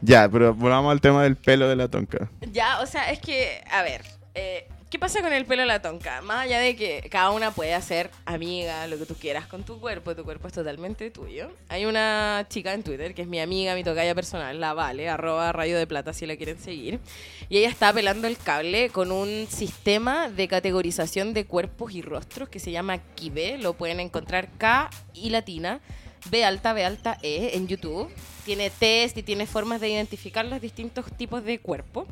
Ya, pero volvamos al tema del pelo de la Tonka. *laughs* Ya, o sea, es que, a ver, eh, ¿qué pasa con el pelo de la tonca? Más allá de que cada una puede hacer amiga, lo que tú quieras con tu cuerpo, tu cuerpo es totalmente tuyo. Hay una chica en Twitter que es mi amiga, mi tocaya personal, la vale, arroba rayo de plata si la quieren seguir. Y ella está pelando el cable con un sistema de categorización de cuerpos y rostros que se llama Kibe. Lo pueden encontrar K y latina, B alta, B alta, E en YouTube. Tiene test y tiene formas de identificar los distintos tipos de cuerpo.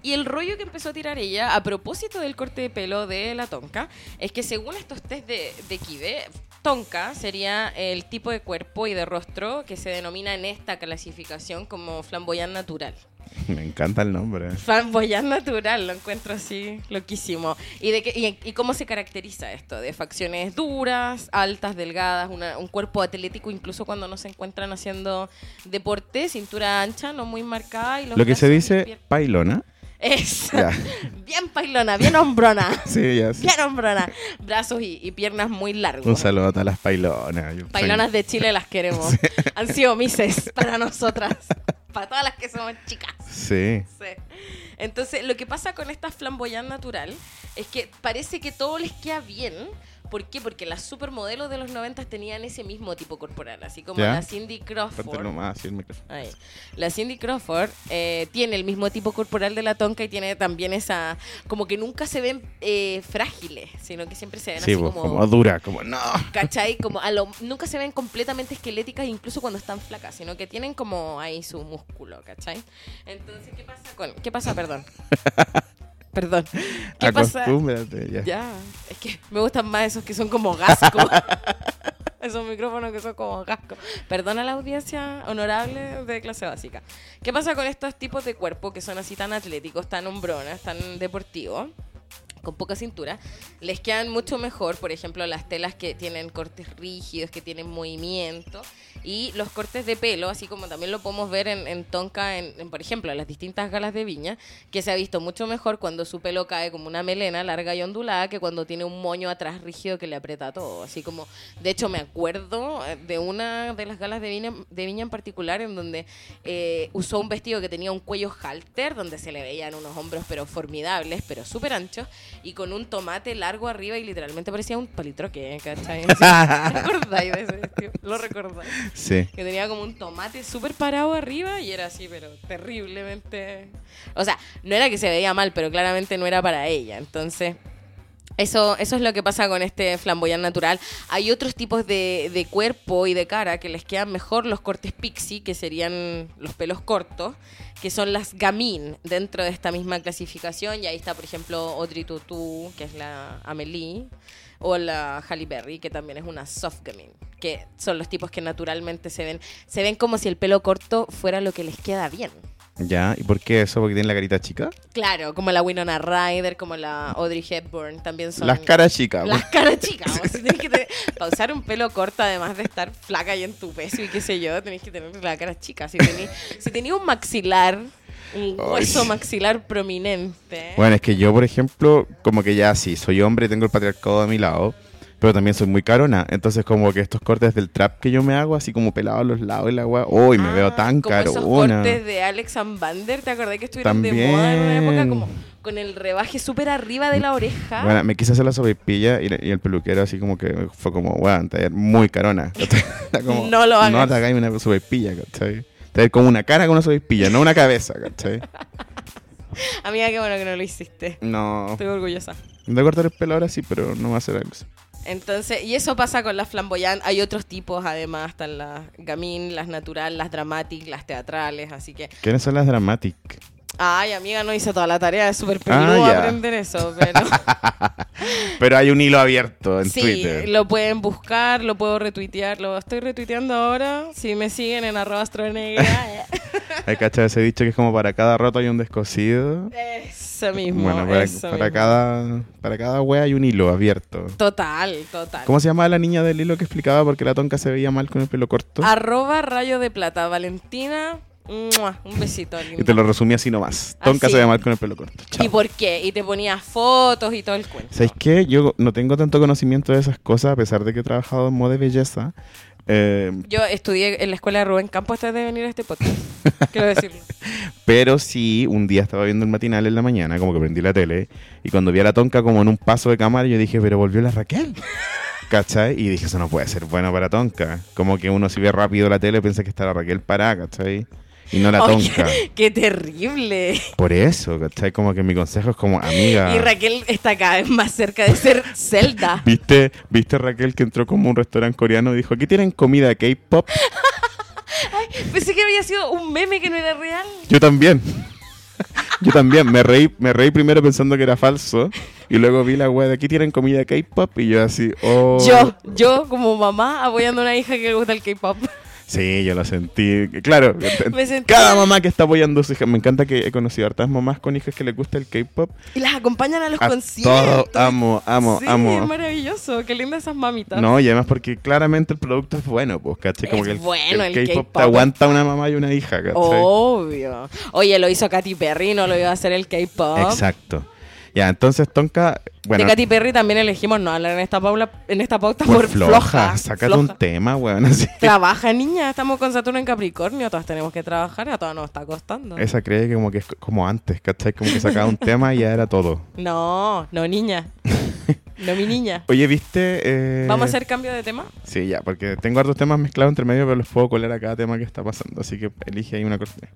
Y el rollo que empezó a tirar ella a propósito del corte de pelo de la tonka es que según estos test de, de Kibe, tonka sería el tipo de cuerpo y de rostro que se denomina en esta clasificación como flamboyán natural. *laughs* Me encanta el nombre. Flamboyán natural, lo encuentro así loquísimo. ¿Y, de qué- y, y cómo se caracteriza esto? De facciones duras, altas, delgadas, una- un cuerpo atlético incluso cuando no se encuentran haciendo deporte, cintura ancha, no muy marcada. Y los Lo que se brazos y dice piernas- pailona. Es Ya. bien pailona, bien hombrona. *laughs* Sí, ya sí. Bien hombrona. Brazos y, y piernas muy largos. Un saludo a todas las pailonas. Yo- Pailonas de Chile las queremos. Han sido mises para nosotras. Para todas las que somos chicas. Sí. Sí. Entonces, lo que pasa con esta flamboyán natural es que parece que todo les queda bien. ¿Por qué? Porque las supermodelos de los 90 tenían ese mismo tipo corporal, así como Ya. la Cindy Aparte Crawford. nomás, sí, el micrófono. Ahí. La Cindy Crawford eh, tiene el mismo tipo corporal de la tonka y tiene también esa. como que nunca se ven eh, frágiles, sino que siempre se ven Sí, así pues, como. como... dura, como no. ¿Cachai? Como a lo- nunca se ven completamente esqueléticas, incluso cuando están flacas, sino que tienen como ahí su músculo, ¿cachai? Entonces, ¿qué pasa con.? ¿Qué *laughs* pasa, perdón? perdón. ¿Qué pasa? Acostúmbrate, ya. Ya, es que me gustan más esos que son como gasco. esos micrófonos que son como gasco. Perdona la audiencia honorable de clase básica. ¿Qué pasa con estos tipos de cuerpo que son así tan atléticos, tan hombronas, tan deportivos? con poca cintura, les quedan mucho mejor, por ejemplo, las telas que tienen cortes rígidos, que tienen movimiento, y los cortes de pelo, así como también lo podemos ver en, en Tonka, en, en, por ejemplo, en las distintas galas de viña, que se ha visto mucho mejor cuando su pelo cae como una melena larga y ondulada que cuando tiene un moño atrás rígido que le aprieta todo. Así como, de hecho, me acuerdo eh, de una de las galas de viña, de viña en particular en donde eh, usó un vestido que tenía un cuello halter, donde se le veían unos hombros pero formidables, pero súper anchos, y con un tomate largo arriba y literalmente parecía un palitroque, ¿cachai? ¿Sí? ¿Recordáis de ese vestido? Lo recordáis. Sí. *laughs* Que tenía como un tomate súper parado arriba y era así, pero terriblemente... O sea, no era que se veía mal, pero claramente no era para ella. Entonces, eso, eso es lo que pasa con este flamboyán natural. Hay otros tipos de, de cuerpo y de cara que les quedan mejor los cortes pixie, que serían los pelos cortos, que son las gamin dentro de esta misma clasificación. Y ahí está, por ejemplo, Audrey Tutu, que es la Amelie, o la Halle Berry, que también es una soft gamin, que son los tipos que naturalmente se ven, se ven como si el pelo corto fuera lo que les queda bien. Ya, ¿y por qué eso? ¿Porque tiene la carita chica? Claro, como la Winona Ryder, como la Audrey Hepburn, también son... Las caras chicas. Las pues. caras chicas. *laughs* vos, si tenés que tener- para usar un pelo corto, además de estar flaca y en tu peso y qué sé yo, tenés que tener la cara chica. Si tenés, si tenés un maxilar, un Ay. hueso maxilar prominente. Bueno, es que yo, por ejemplo, como que ya sí, soy hombre, tengo el patriarcado a mi lado, pero también soy muy carona. Entonces, como que estos cortes del trap que yo me hago, así como pelado a los lados y la agua, uy, me Ah, veo tan como Esos carona. cortes de Alex and Bander, ¿te acordás que estuvieron de También. moda en una época? Como con el rebaje súper arriba de la oreja. Bueno, me quise hacer la sobrepilla y, la- y el peluquero así como que fue como, weón, te va a ir muy carona. *laughs* Era como, No lo hagas. No te hagáis una sobrepilla, ¿cachai? Te va a ir como una cara con una sobrepilla, no una cabeza, ¿cachai? Amiga, qué bueno que no lo hiciste. No. Estoy orgullosa. Me voy a cortar el pelo ahora sí, pero no va a ser algo así. Entonces, y eso pasa con las flamboyant. Hay otros tipos, además, están las gamín, las natural, las dramatic, las teatrales. Así que ¿Quiénes son las dramatic? Ay, amiga, no hice toda la tarea, es súper Ah, peludo ya. aprender eso, pero Pero hay un hilo abierto *laughs* en sí, Twitter. lo pueden buscar, lo puedo retuitear, lo estoy retuiteando ahora, si me siguen en arroba *laughs* astronegra, Hay cachado ese dicho que es como para cada roto hay un descosido. eso mismo, bueno, para, eso para mismo. cada para cada wea hay un hilo abierto. Total, total. ¿Cómo se llamaba la niña del hilo que explicaba porque la tonca se veía mal con el pelo corto? Arroba rayo de plata, Valentina, ¡mua! un besito. y linda. te lo resumía así nomás. Tonca Así. se ve mal con el pelo corto. Chao. ¿Y por qué? Y te ponía fotos y todo el cuento. ¿Sabéis qué? Yo no tengo tanto conocimiento de esas cosas, a pesar de que he trabajado en moda y belleza. Eh, Yo estudié en la escuela de Rubén Campos antes de venir a *laughs* este podcast. Quiero decirlo. pero sí, un día estaba viendo el matinal en la mañana, como que prendí la tele, y cuando vi a la tonca como en un paso de cámara, yo dije, pero volvió la *laughs* Raquel. ¿Cachai? Y dije, eso no puede ser bueno para tonca. Como que uno si ve rápido la tele piensa que está la Raquel parada, ¿cachai? Y no la Oye, tonca. Qué terrible. Por eso, ¿cachai? Como que mi consejo es como, amiga. Y Raquel está cada vez más cerca de ser Zelda. ¿Viste, ¿Viste Raquel que entró como a un restaurante coreano y dijo, aquí tienen comida K-pop? Pensé que había sido un meme que no era real. Yo también. *laughs* Yo también. Me reí, me reí primero pensando que era falso. Y luego vi la web de aquí tienen comida K-pop. Y yo así, oh. Yo, yo como mamá apoyando a una hija que le gusta el K-pop. Sí, yo lo sentí. Claro. *laughs* Me sentí- Cada mamá que está apoyando a su hija. Me encanta que he conocido hartas mamás con hijas que les gusta el K-pop. Y las acompañan a los A conciertos. Todo. Amo, amo, sí, amo. maravilloso. Qué lindas esas mamitas. No, y además porque claramente el producto es bueno, pues, ¿cachai? Como Es que el, bueno el el K-pop te K-pop. Oh, aguanta una mamá y una hija, ¿cachai? Obvio. Oye, lo hizo Katy Perry, no lo iba a hacer el K-pop. Exacto. Ya, entonces Tonka, bueno, de Katy Perry también elegimos no hablar en esta, paula, en esta pauta por, floja. sácate floja. un tema, weón, *laughs* así. Trabaja, niña. Estamos con Saturno en Capricornio. Todas tenemos que trabajar. A todas nos está costando. Esa cree que como que es como antes, ¿cachai? Como que sacaba un tema y ya era todo. No, *laughs* no, niña. No, mi niña. Oye, ¿viste? Eh, ¿Vamos a hacer cambio de tema? Sí, ya, porque tengo hartos temas mezclados entre medio, pero los puedo colar a cada tema que está pasando. Así que elige ahí una cortina.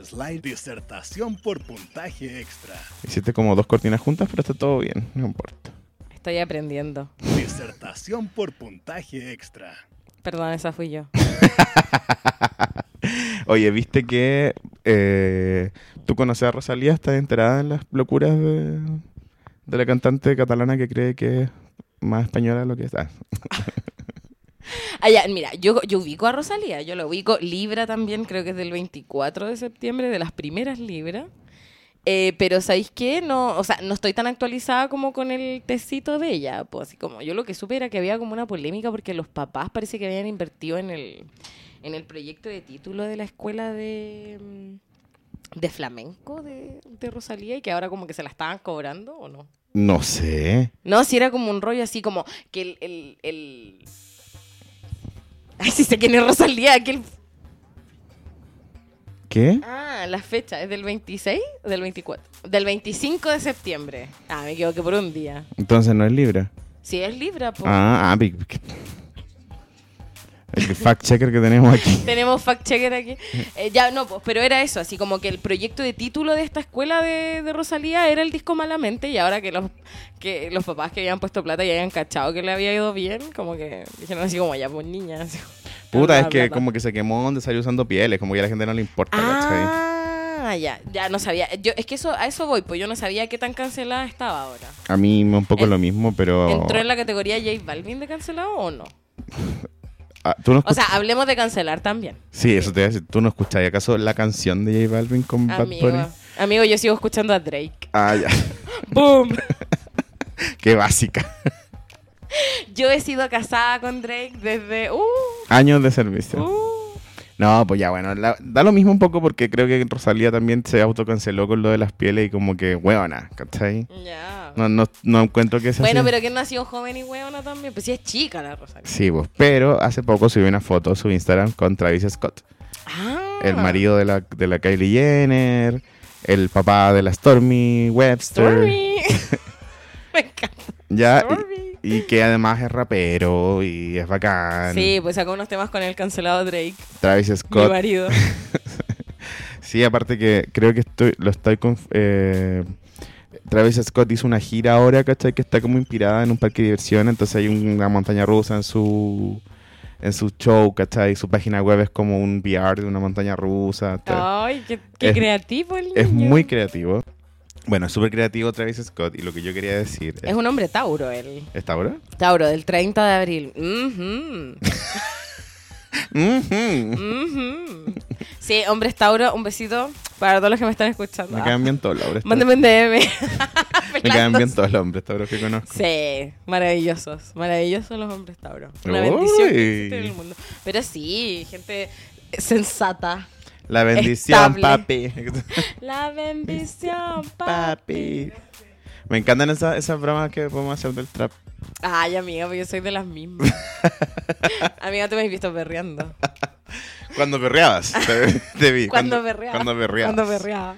Slide disertación por puntaje extra. Hiciste como dos cortinas juntas, pero está todo bien, no importa. Estoy aprendiendo. Disertación por puntaje extra. Perdón, esa fui yo. Oye, ¿viste que eh, tú conoces a Rosalía? ¿Estás enterada en las locuras de, de la cantante catalana que cree que es más española de lo que está? Ah, ya, mira, yo, yo ubico a Rosalía. Yo lo ubico. Libra también, creo que es del 24 de septiembre, de las primeras Libra. Eh, pero ¿sabéis qué? No, o sea, no estoy tan actualizada como con el tecito de ella. Pues así como yo lo que supe era que había como una polémica porque los papás parece que habían invertido en el, en el proyecto de título de la escuela de, mm, de flamenco de, de Rosalía y que ahora como que se la estaban cobrando o no. No sé. No, si era como un rollo así como que el... el, el- *laughs* Ay, sí sé quién es Rosalía, que el... ¿Qué? Ah, la fecha es del 26, del 24, del 25 de septiembre. Ah, me equivoqué por un día. Entonces no es Libra. Si es Libra, pues... Ah, ah, big- big- el fact checker que tenemos *laughs* aquí. Tenemos fact *laughs* checker aquí. Eh, ya, no, pues, pero era eso, así como que el proyecto de título de esta escuela de, de Rosalía era el disco Malamente y ahora que los que los papás que habían puesto plata y habían cachado que le había ido bien, como que dijeron así como, ya pues niña. así como, Puta, la es que plata. como que se quemó donde salió usando pieles, como que a la gente no le importa, ¿cachai? Ah, ya, ya no sabía. Yo, es que eso, a eso voy, pues yo no sabía qué tan cancelada estaba ahora. A mí me un poco En- lo mismo, pero... ¿Entró en la categoría J Balvin de cancelado o no? Ah, ¿tú no O escuch- sea, hablemos de cancelar también. Sí, eso te voy a decir. ¿Tú no escuchas acaso la canción de J Balvin con Amigo, Bad Bunny? amigo, yo sigo escuchando a *laughs* Drake. Ah, ya. ¡Boom! Qué básica. Yo he sido casada con Drake desde. ¡Uh! Años de servicio. ¡Uh! No, pues ya, bueno, la- da lo mismo un poco porque creo que Rosalía también se autocanceló con lo de las pieles y como que, huevona, ¿cachai? Ya. No, no, no encuentro que sea bueno, así. pero que nació joven y hueona también. Pues sí es chica la Rosalía. Sí, pues, pero hace poco subió una foto a su Instagram con Travis Scott, Ah. el marido de la, de la Kylie Jenner, el papá de la Stormy Webster, Sorry. *laughs* Me encanta. ya, Stormy. Ah, y, y que además es rapero y es bacán. Sí, pues sacó unos temas con el cancelado Drake, Travis mi Ah, Scott. marido. Sí, aparte que creo que estoy, lo estoy con... eh, Travis Scott hizo una gira ahora, ¿cachai? Que está como inspirada en un parque de diversión, entonces hay una montaña rusa en su en su show, ¿cachai? Su página web es como un VR de una montaña rusa. te- Ay, qué, qué Es- creativo el niño. Es muy creativo. Bueno, es súper creativo Travis Scott y lo que yo quería decir Es es... un hombre Tauro él. ¿Está ahora? Tauro, del 30 de abril. Ujú. Ujú. Ujú. Sí, hombres Tauro, un besito para todos los que me están escuchando. Me Ah, caen bien todos los hombres. Mándenme un DM. *laughs* Me caen bien todos los hombres, todos los que conozco. Sí, maravillosos, maravillosos los hombres Tauro. Una Uy. bendición que existe en el mundo. Pero sí, gente sensata. La bendición, Estable. papi. La bendición, *laughs* papi. papi. Me encantan esas, esas bromas que podemos hacer del trap. Ay, amiga, pues yo soy de *laughs* las mismas. amiga, tú me has visto berreando. Cuando perreabas, te, *laughs* te vi. Cuando berreaba. Cuando perreabas. Cuando berreaba.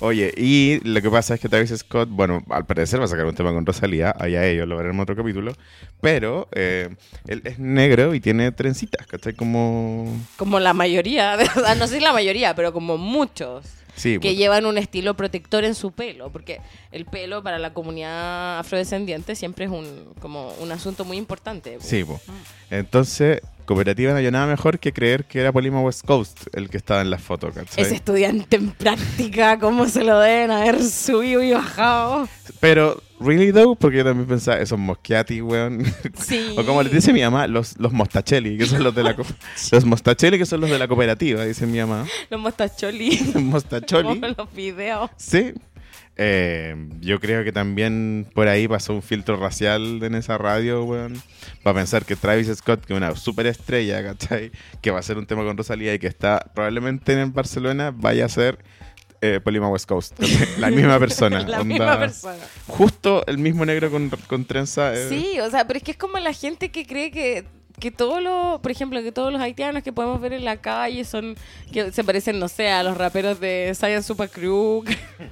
Oye, y lo que pasa es que Travis Scott, bueno, al parecer va a sacar un tema con Rosalía, allá ellos lo verán en otro capítulo, pero eh, él es negro y tiene trencitas, ¿cachai? Como... Como la mayoría, de- *laughs* ah, no sé si la mayoría, pero como muchos Sí, que pues, llevan un estilo protector en su pelo, porque el pelo para la comunidad afrodescendiente siempre es un como un asunto muy importante. sí, pues. Entonces, cooperativa no hay nada mejor que creer que era Polima West Coast el que estaba en la foto, ¿cachai? Ese estudiante en práctica, cómo se lo deben haber subido y bajado. Pero, ¿really though? Porque yo también pensaba, esos mosquiatis, weón. Sí. *laughs* O como le dice mi mamá, los, los mostacelli, que son los de la *laughs* co- los mostacelli que son los de la cooperativa, dice mi mamá. Los mostacholi. *laughs* Mostacholi. Como los videos. Sí. Eh, yo creo que también por ahí pasó un filtro racial en esa radio, weón. Para pensar que Travis Scott, que es una superestrella, ¿cachai? Que va a hacer un tema con Rosalía y que está probablemente en Barcelona, vaya a ser eh, Polima West Coast. ¿cachai? La misma persona. *laughs* la onda. misma persona. Justo el mismo negro con, con trenza. eh. Sí, o sea, pero es que es como la gente que cree que que todos los, por ejemplo, que todos los haitianos que podemos ver en la calle son que se parecen, no sé, a los raperos de Science Super Crew, *laughs*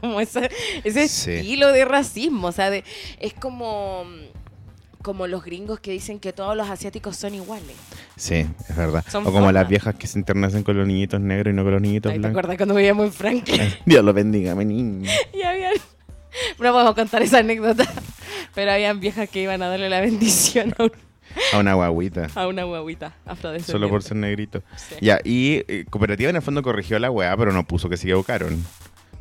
como ese, ese Sí. estilo de racismo, o sea, de, es como como los gringos que dicen que todos los asiáticos son iguales. Sí, es verdad. Son o como las formas. viejas que se internacen con los niñitos negros y no con los niñitos Ay, ¿Te blancos. acuerdas cuando vivíamos *laughs* en Franklin? Dios los bendiga, mi *laughs* niño. y habían no podemos contar esa anécdota, pero habían viejas que iban a darle la bendición a, un- A una guaguita. a una guaguita afrodescendiente. Solo por ser negrito. Sí. Ya, y eh, Cooperativa en el fondo corrigió la weá, pero no puso que se equivocaron.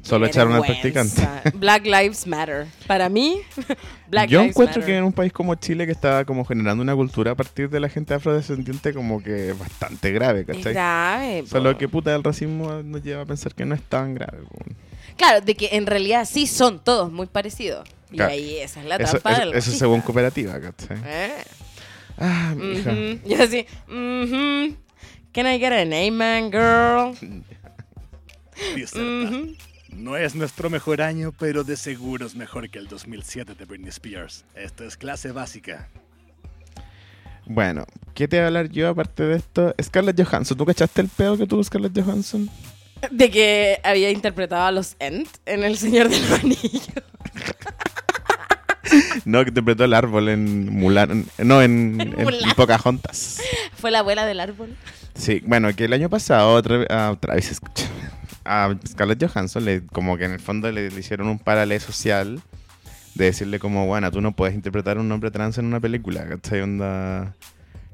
Solo Qué echaron al vergüenza. practicante. *laughs* Black Lives Matter. Para mí, *laughs* Black Yo Lives encuentro que Matter. en un país como Chile, que está como generando una cultura a partir de la gente afrodescendiente, como que es bastante grave, Es ¿cachai? grave. po. Solo que puta, el racismo nos lleva a pensar que no es tan grave. weón. Claro, de que en realidad sí son todos muy parecidos. Y Claro. ahí esa es la Eso, trampa eso- del eso racista. según Cooperativa, ¿cachai? Eh, Ah, mi hija. ujú. Yo así, ujú. Can I get an amen, girl? Diserta. Ujú. No es nuestro mejor año, pero de seguro es mejor que el 2007 de Britney Spears. Esto es clase básica. Bueno, ¿qué te voy a hablar yo aparte de esto? Scarlett Johansson, ¿tú cachaste el pedo que tuvo Scarlett Johansson? De que había interpretado a los Ent en El Señor del Anillo. *laughs* No, que interpretó el árbol en Mulan. No, *laughs* en, en, Mulan. Pocahontas. Fue la abuela del árbol. Sí, bueno, que el año pasado tra- a Travis escucha, a Scarlett Johansson le, como que en el fondo le, le hicieron un paralelo social de decirle como, bueno, tú no puedes interpretar a un hombre trans en una película, ¿cachai? Onda...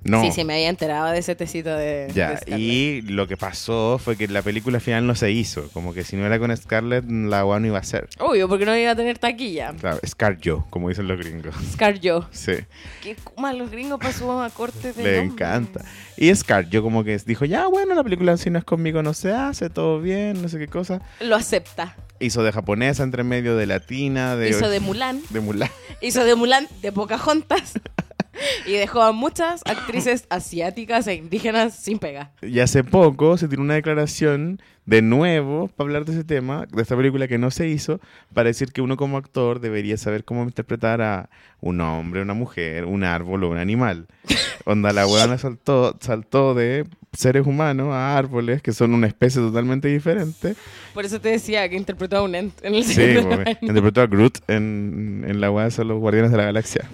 No. Sí, sí, me había enterado de ese tecito de. de Ya, Scarlett. y lo que pasó fue que la película final no se hizo, como que si no era con Scarlett, la guana iba a ser. Obvio, porque no iba a tener taquilla. Claro, Scar Joe, como dicen los gringos. *laughs* Scar yo. Sí. Que coman los gringos para su corte de Le nombre. encanta. Y Scar, yo como que dijo, ya bueno, la película si no es conmigo no se hace, todo bien, no sé qué cosa. Lo acepta. Hizo de japonesa entre medio de latina, de... hizo de Mulan, de Mulan. hizo de Mulan *laughs* de Pocahontas y dejó a muchas actrices asiáticas e indígenas sin pega. Y hace poco se tiró una declaración de nuevo para hablar de ese tema, de esta película que no se hizo, para decir que uno como actor debería saber cómo interpretar a un hombre, una mujer, un árbol o un *laughs* animal. Onda, la huevona saltó, saltó de seres humanos a árboles, que son una especie totalmente diferente, Por eso te decía que interpretó a un ent en el Sí, Señor de po, *laughs* los Anillos. interpretó a Groot en, en la weá de los Guardianes de la Galaxia.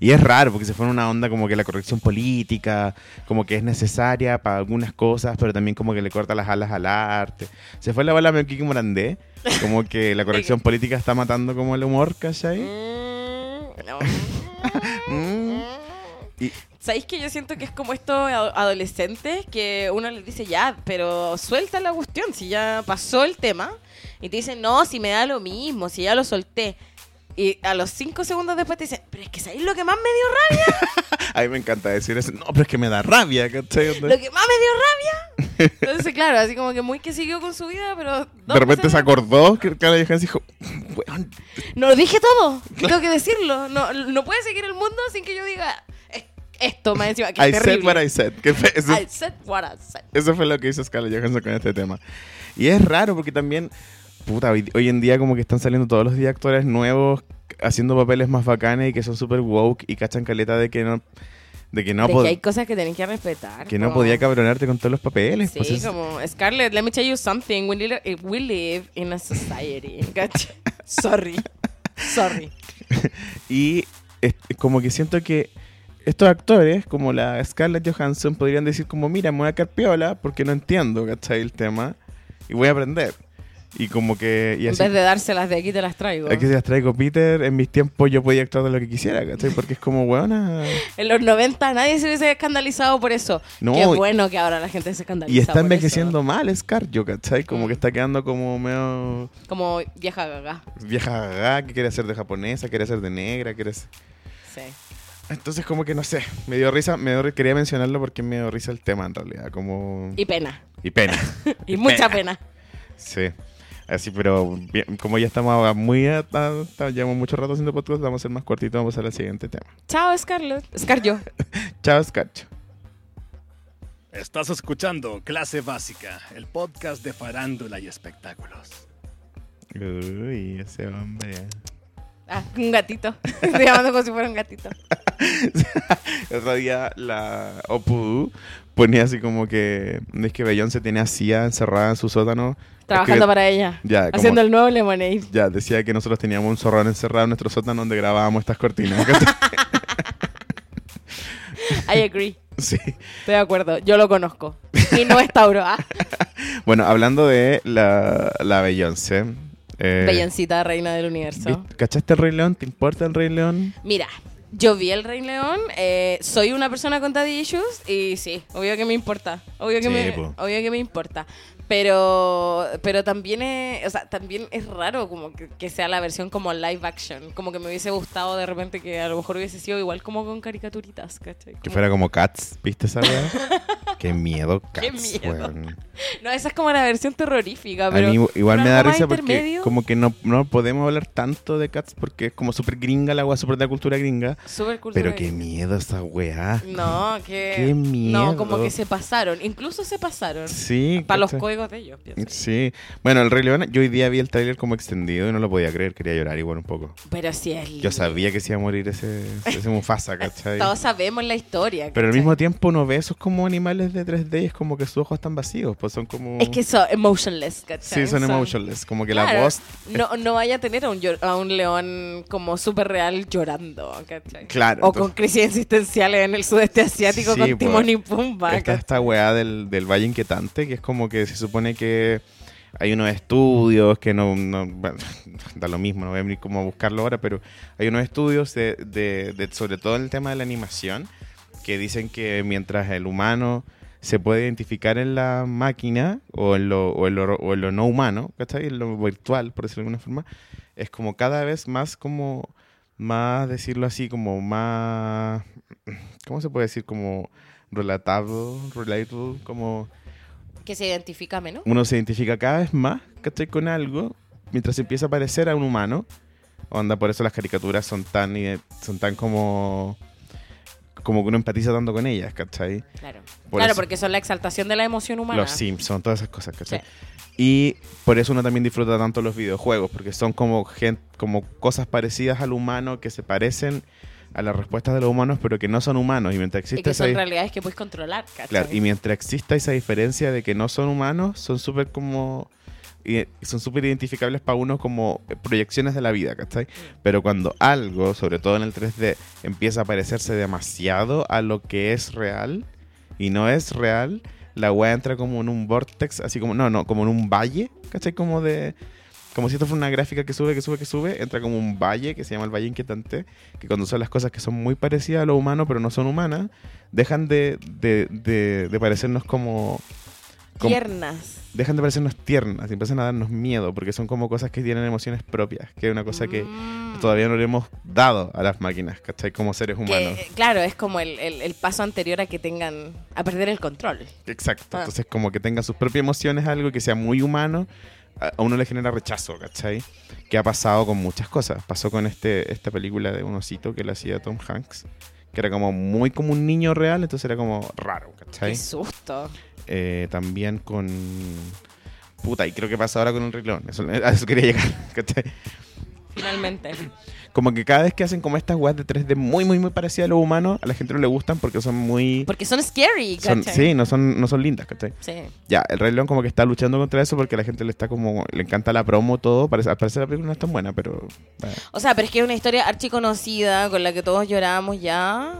Y es raro porque se fue en una onda como que la corrección política, como que es necesaria para algunas cosas, pero también como que le corta las alas al arte. Se fue la bala medio Kiki Morandé, como que la *laughs* corrección política está matando como el humor, ¿cachai? Mm, no. Mm. Y, ¿Sabéis que yo siento que es como estos ado- adolescentes que uno les dice ya, pero suelta la cuestión, si ya pasó el tema? Y te dicen, no, si me da lo mismo, si ya lo solté. Y a los cinco segundos después te dicen, pero es que ¿sabéis lo que más me dio rabia? a mí me encanta decir eso. No, pero es que me da rabia, ¿cachai? ¿Lo que más me *laughs* dio rabia? Entonces, claro, así como que muy que siguió con su vida, pero... De repente se sacó acordó que Carla Johansson dijo, weón, No lo dije *laughs* todo. Tengo que decirlo. No, no puede seguir el mundo sin que yo diga "Es- esto más encima. Que es I said terrible. what I said. Que fue- eso, I said what I said. eso fue lo que hizo Scarlett Johansson con este tema. Y es raro porque también, puta, hoy, hoy en día como que están saliendo todos los días actores nuevos haciendo papeles más bacanes y que son súper woke y cachan caleta de que no... De que no, De pod- que hay cosas que tenés que respetar. que no como- podía cabronarte con todos los papeles. Sí, pues es- como Scarlett, let me tell you something. We, li- eh, we live in a society. *laughs* ¿cachai? Sorry. Sorry. Y es- como que siento que estos actores, como la Scarlett Johansson, podrían decir como, mira, me voy a quedar piola porque no entiendo, ¿cachai? El tema y voy a aprender. Y como que... *laughs* Y En así, vez de dárselas de aquí, te las traigo. aquí se las traigo Peter, en mis tiempos yo podía actuar de lo que quisiera, *laughs* ¿cachai? Porque es como, weona... En los 90 nadie se hubiese escandalizado por eso. No, Qué y- bueno que ahora la gente se escandaliza Y está por eso. envejeciendo mal Scar, yo, ¿cachai? Como Mm. que está quedando como medio Como vieja gaga. vieja gaga, que quiere ser de japonesa, quiere ser de negra, quiere ser... Sí. Entonces como que no sé, me dio risa, me dio ri- quería mencionarlo porque me dio risa el tema en realidad, como... Y pena. y pena. Y mucha pena. Sí. Así, pero bien, como ya estamos a- muy. a- a- a- llevamos mucho rato haciendo podcast, vamos a ser más cortitos. Vamos a pasar al siguiente tema. Chao, Scarlett. Scar yo. Chao, Scacho. Estás escuchando Clase Básica, el podcast de farándula y espectáculos. Uy, ese hombre. Ah, un gatito. *laughs* Estoy llamando como si fuera un gatito. El otro día la Opu ponía así como que. Es que Beyoncé tenía a Sia encerrada en su sótano. Trabajando Escribe- para ella. Ya, como- Haciendo el nuevo Lemonade. Ya, decía que nosotros teníamos un zorrón encerrado en nuestro sótano donde grabábamos estas cortinas. *laughs* I agree. sí. Estoy de acuerdo. Yo lo conozco. Y *laughs* no es Tauro. Ah, Bueno, hablando de la, la Beyoncé. eh, Bellancita, reina del universo. ¿viste- ¿Cachaste el Rey León? ¿Te importa el Rey León? Mira, yo vi el Rey León. eh, soy una persona con daddy issues. Y sí, obvio que me importa. Obvio que, Sí, me, po. obvio que me importa. Pero, pero también es, o sea, también es raro como que, que sea la versión como live action. Como que me hubiese gustado de repente que a lo mejor hubiese sido igual como con caricaturitas, ¿cachai? Que Como- fuera como Cats, ¿viste esa *laughs* weá? Qué miedo, Qué Cats, miedo. weón. No, esa es como la versión terrorífica, A pero. mí igual pero me da algo más risa porque intermedio. como que no, no podemos hablar tanto de Cats porque es como súper gringa la weá, súper de la cultura gringa. Súper cultural. Pero qué miedo esa weá. No, que. Qué miedo. No, como que se pasaron. Incluso se pasaron. Sí. Para los ¿cachai? códigos de ellos, pienso. Sí. Bueno, el Rey León, yo hoy día vi el tráiler como extendido y no lo podía creer, quería llorar igual un poco. Pero sí es lindo. Yo sabía que se iba a morir ese, ese *laughs* Mufasa, ¿cachai? Todos sabemos la historia. Pero al ¿cachai? mismo tiempo uno ve esos como animales de 3D y es como que sus ojos están vacíos, pues son como... Es que son emotionless, ¿cachai? Sí, son emotionless, como que la Claro, voz No, no vaya a tener a un, llor- a un león como súper real llorando, ¿cachai? Claro. O con entonces, crisis existenciales en el sudeste asiático Sí, con pues, Timón y Pumba. está ¿cachai? esta weá del, del Valle Inquietante, que es como que se supone que hay unos estudios que no, no- bueno, *laughs* da lo mismo, no voy a venir como a buscarlo ahora, pero hay unos estudios de, de- de- sobre todo en el tema de la animación, que dicen que mientras el humano se puede identificar en la máquina o en lo, o en lo, o en lo no humano, ¿cachai? En lo virtual, por decirlo de alguna forma, es como cada vez más como, más decirlo así, como más, ¿cómo se puede decir? Como relatable, relatable, como Que se identifica menos. uno se identifica cada vez más, ¿cachai? Con algo, mientras empieza a parecer a un humano. Onda, por eso las caricaturas son tan, eh, son tan como, como que uno empatiza tanto con ellas, ¿cachai? Claro. Por claro, eso- porque son la exaltación de la emoción humana. Los Simpsons, todas esas cosas, ¿cachai? Y por eso uno también disfruta tanto los videojuegos, porque son como, gen- como cosas parecidas al humano que se parecen a las respuestas de los humanos, pero que no son humanos. Y mientras Y existe que esa son di- realidades que puedes controlar, ¿cachai? Claro, y mientras exista esa diferencia de que no son humanos, son súper como. i- Son súper identificables para uno como proyecciones de la vida, ¿cachai? Pero cuando algo, sobre todo en el 3D, empieza a parecerse demasiado a lo que es real y no es real, la weá entra como en un vortex, así como, no, no, como en un valle, ¿cachai? Como de. como si esto fuera una gráfica que sube, que sube, que sube, entra como un valle que se llama el valle inquietante, que cuando son las cosas que son muy parecidas a lo humano pero no son humanas, dejan de, de, de, de parecernos como... como- Tiernas. Dejan de parecernos tiernas y empiezan a darnos miedo porque son como cosas que tienen emociones propias, que es una cosa que Mm. todavía no le hemos dado a las máquinas, ¿cachai? Como seres Que, humanos. claro, es como el, el- el paso anterior a que tengan, a perder el control. Exacto. Ah. Entonces, como que tenga sus propias emociones, algo que sea muy humano, a a uno le genera rechazo, ¿cachai? Que ha pasado con muchas cosas. Pasó con este, esta película de un osito que le hacía Tom Hanks, que era como muy como un niño real, entonces era como raro, ¿cachai? Qué susto. Eh, también con. Puta, y creo que pasa ahora con un reloj. Eso, a eso quería llegar, *laughs* ¿cachai? Finalmente. Como que cada vez que hacen como estas weas de 3D muy, muy, muy parecidas a lo humano, a la gente no le gustan porque son muy. Porque son scary, son- ¿cachai? sí, no son, no son lindas, ¿cachai? Sí. Ya, el Rey León como que está luchando contra eso porque a la gente le está como... Le encanta la promo, todo. Parece, al parecer la película no es tan buena, pero... eh, O sea, pero es que es una historia archiconocida con la que todos lloramos ya.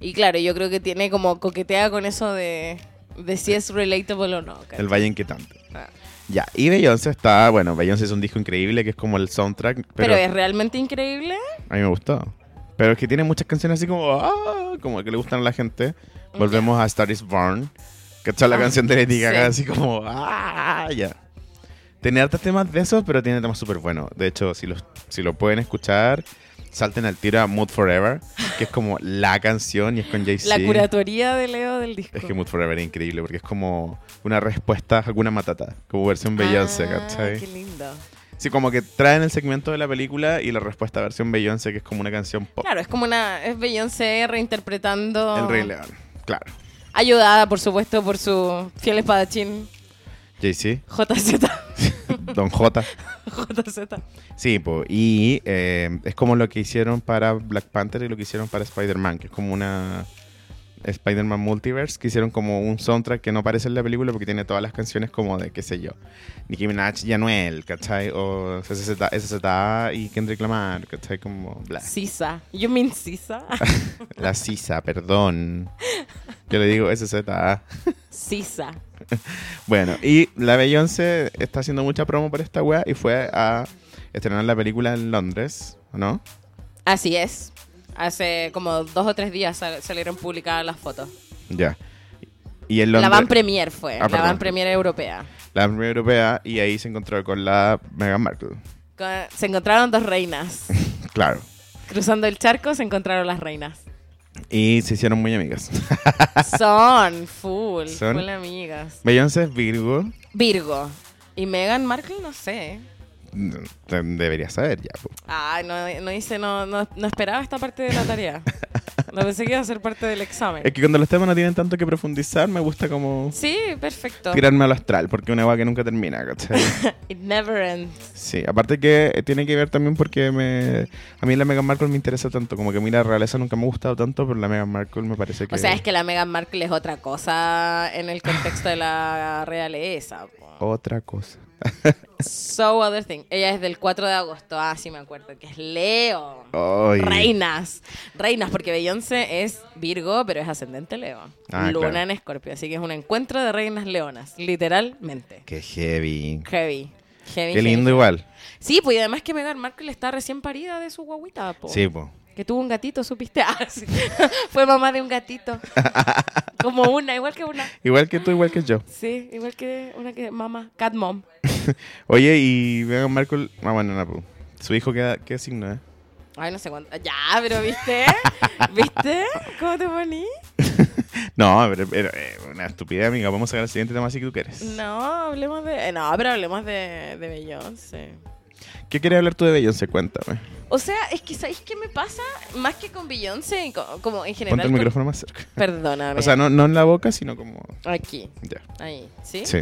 Y claro, yo creo que tiene como coquetea con eso de, de si es relatable o no. ¿cachai? el Valle Inquietante. Ah. Ya, y Beyoncé está... Bueno, Beyoncé es un disco increíble que es como el soundtrack, Pero pero, es realmente increíble. a mí me gustó. Pero es que tiene muchas canciones así como... ah, como que le gustan a la gente. Volvemos a Star is Born. ¿Cachai? La Ah, canción de Lady sí. Gaga así como... ah, ya. Tiene hartos temas de esos, pero tiene temas súper buenos. De hecho, si, los, si lo pueden escuchar, salten al tiro a Mood Forever, que es *laughs* como la canción y es con Jay-Z. La curatoría de Leo del disco. Es que Mood Forever es increíble porque es como una respuesta a alguna matata, como versión Beyoncé, Ah, ¿cachai? Qué lindo. Sí, como que traen el segmento de la película y la respuesta a versión Beyoncé, que es como una canción pop. Claro, es como una. Es Beyoncé reinterpretando. El Rey León, claro. Ayudada, por supuesto, por su fiel espadachín Jay-Z, JZ. Don J. JZ. Sí, po, y eh, es como lo que hicieron para Black Panther y lo que hicieron para Spider-Man, que es como una Spider-Man Multiverse, que hicieron como un soundtrack que no aparece en la película porque tiene todas las canciones como de, qué sé yo, Nicki Minaj y Anuel, ¿cachai? O SZA SZA y Kendrick Lamar, ¿cachai? Como *laughs* bla. Sisa. You mean *laughs* Sisa? La Sisa, perdón. Yo le digo SZA. Sisa. Bueno, y la Beyoncé está haciendo mucha promo por esta wea y fue a estrenar la película en Londres, ¿no? Así es. Hace como dos o tres días sal- salieron publicadas las fotos. Ya. Y en La Londres, Van Premier fue. Ah, la perdón. Van Premier europea. la Unión Europea, y ahí se encontró con la Meghan Markle. Con- Se encontraron *laughs* dos reinas. Claro. Cruzando el charco se encontraron *laughs* las reinas. Y se hicieron muy amigas. *laughs* Son full, Son- full amigas. Beyoncé es Virgo. Virgo. Y Meghan Markle, no sé. Mm, te- Deberías saber ya. po. Ah, no, no hice, no, no, no esperaba esta parte de la tarea. No pensé que iba a ser parte del examen. Es que cuando los temas no tienen tanto que profundizar, me gusta como Sí, perfecto. tirarme al astral, porque una va que nunca termina, ¿cachai? It never ends. Sí, aparte que eh, tiene que ver también porque me, a mí la Meghan Markle me interesa tanto. Como que a mí la realeza nunca me ha gustado tanto, pero la Meghan Markle me parece que... O sea, es que la Meghan Markle es otra cosa en el contexto de la realeza. po. Otra cosa. So other thing. Ella es del 4 de agosto. Ah, sí me acuerdo. Que es Leo. Ay. Reinas. Reinas, porque Beyoncé es Virgo, pero es ascendente Leo. Ah, Luna claro. en Escorpio. Así que es un encuentro de reinas leonas. Literalmente. Qué heavy. Heavy. Qué Heavy. heavy. lindo igual. Sí, pues y además que Meghan Markle está recién parida de su guaguita, po. Sí, po. Que tuvo un gatito, supiste. *laughs* Ah, sí. Fue mamá de un gatito. *laughs* Como una, igual que una. Igual que tú, igual que yo. Sí, igual que una que mamá, cat mom. Oye, y Meghan Markle... Ah, bueno, no, po. Su hijo, ¿qué, qué signo es? Ay, no sé cuánto. Ya, *laughs* pero ¿viste? ¿Viste? ¿Cómo te poní? No, pero, pero, eh, una estupidez, amiga. Vamos a sacar el siguiente tema si tú quieres. No, hablemos de... eh, No, pero hablemos de, de Beyoncé. ¿Qué quieres hablar tú de Beyoncé? Cuéntame. O sea, es que ¿sabéis qué me pasa? Más que con Beyoncé, y co- como en general... Ponte el con- micrófono más cerca. Perdóname. O sea, no, no en la boca, sino como... Aquí, Ya. ahí. ¿Sí? Sí,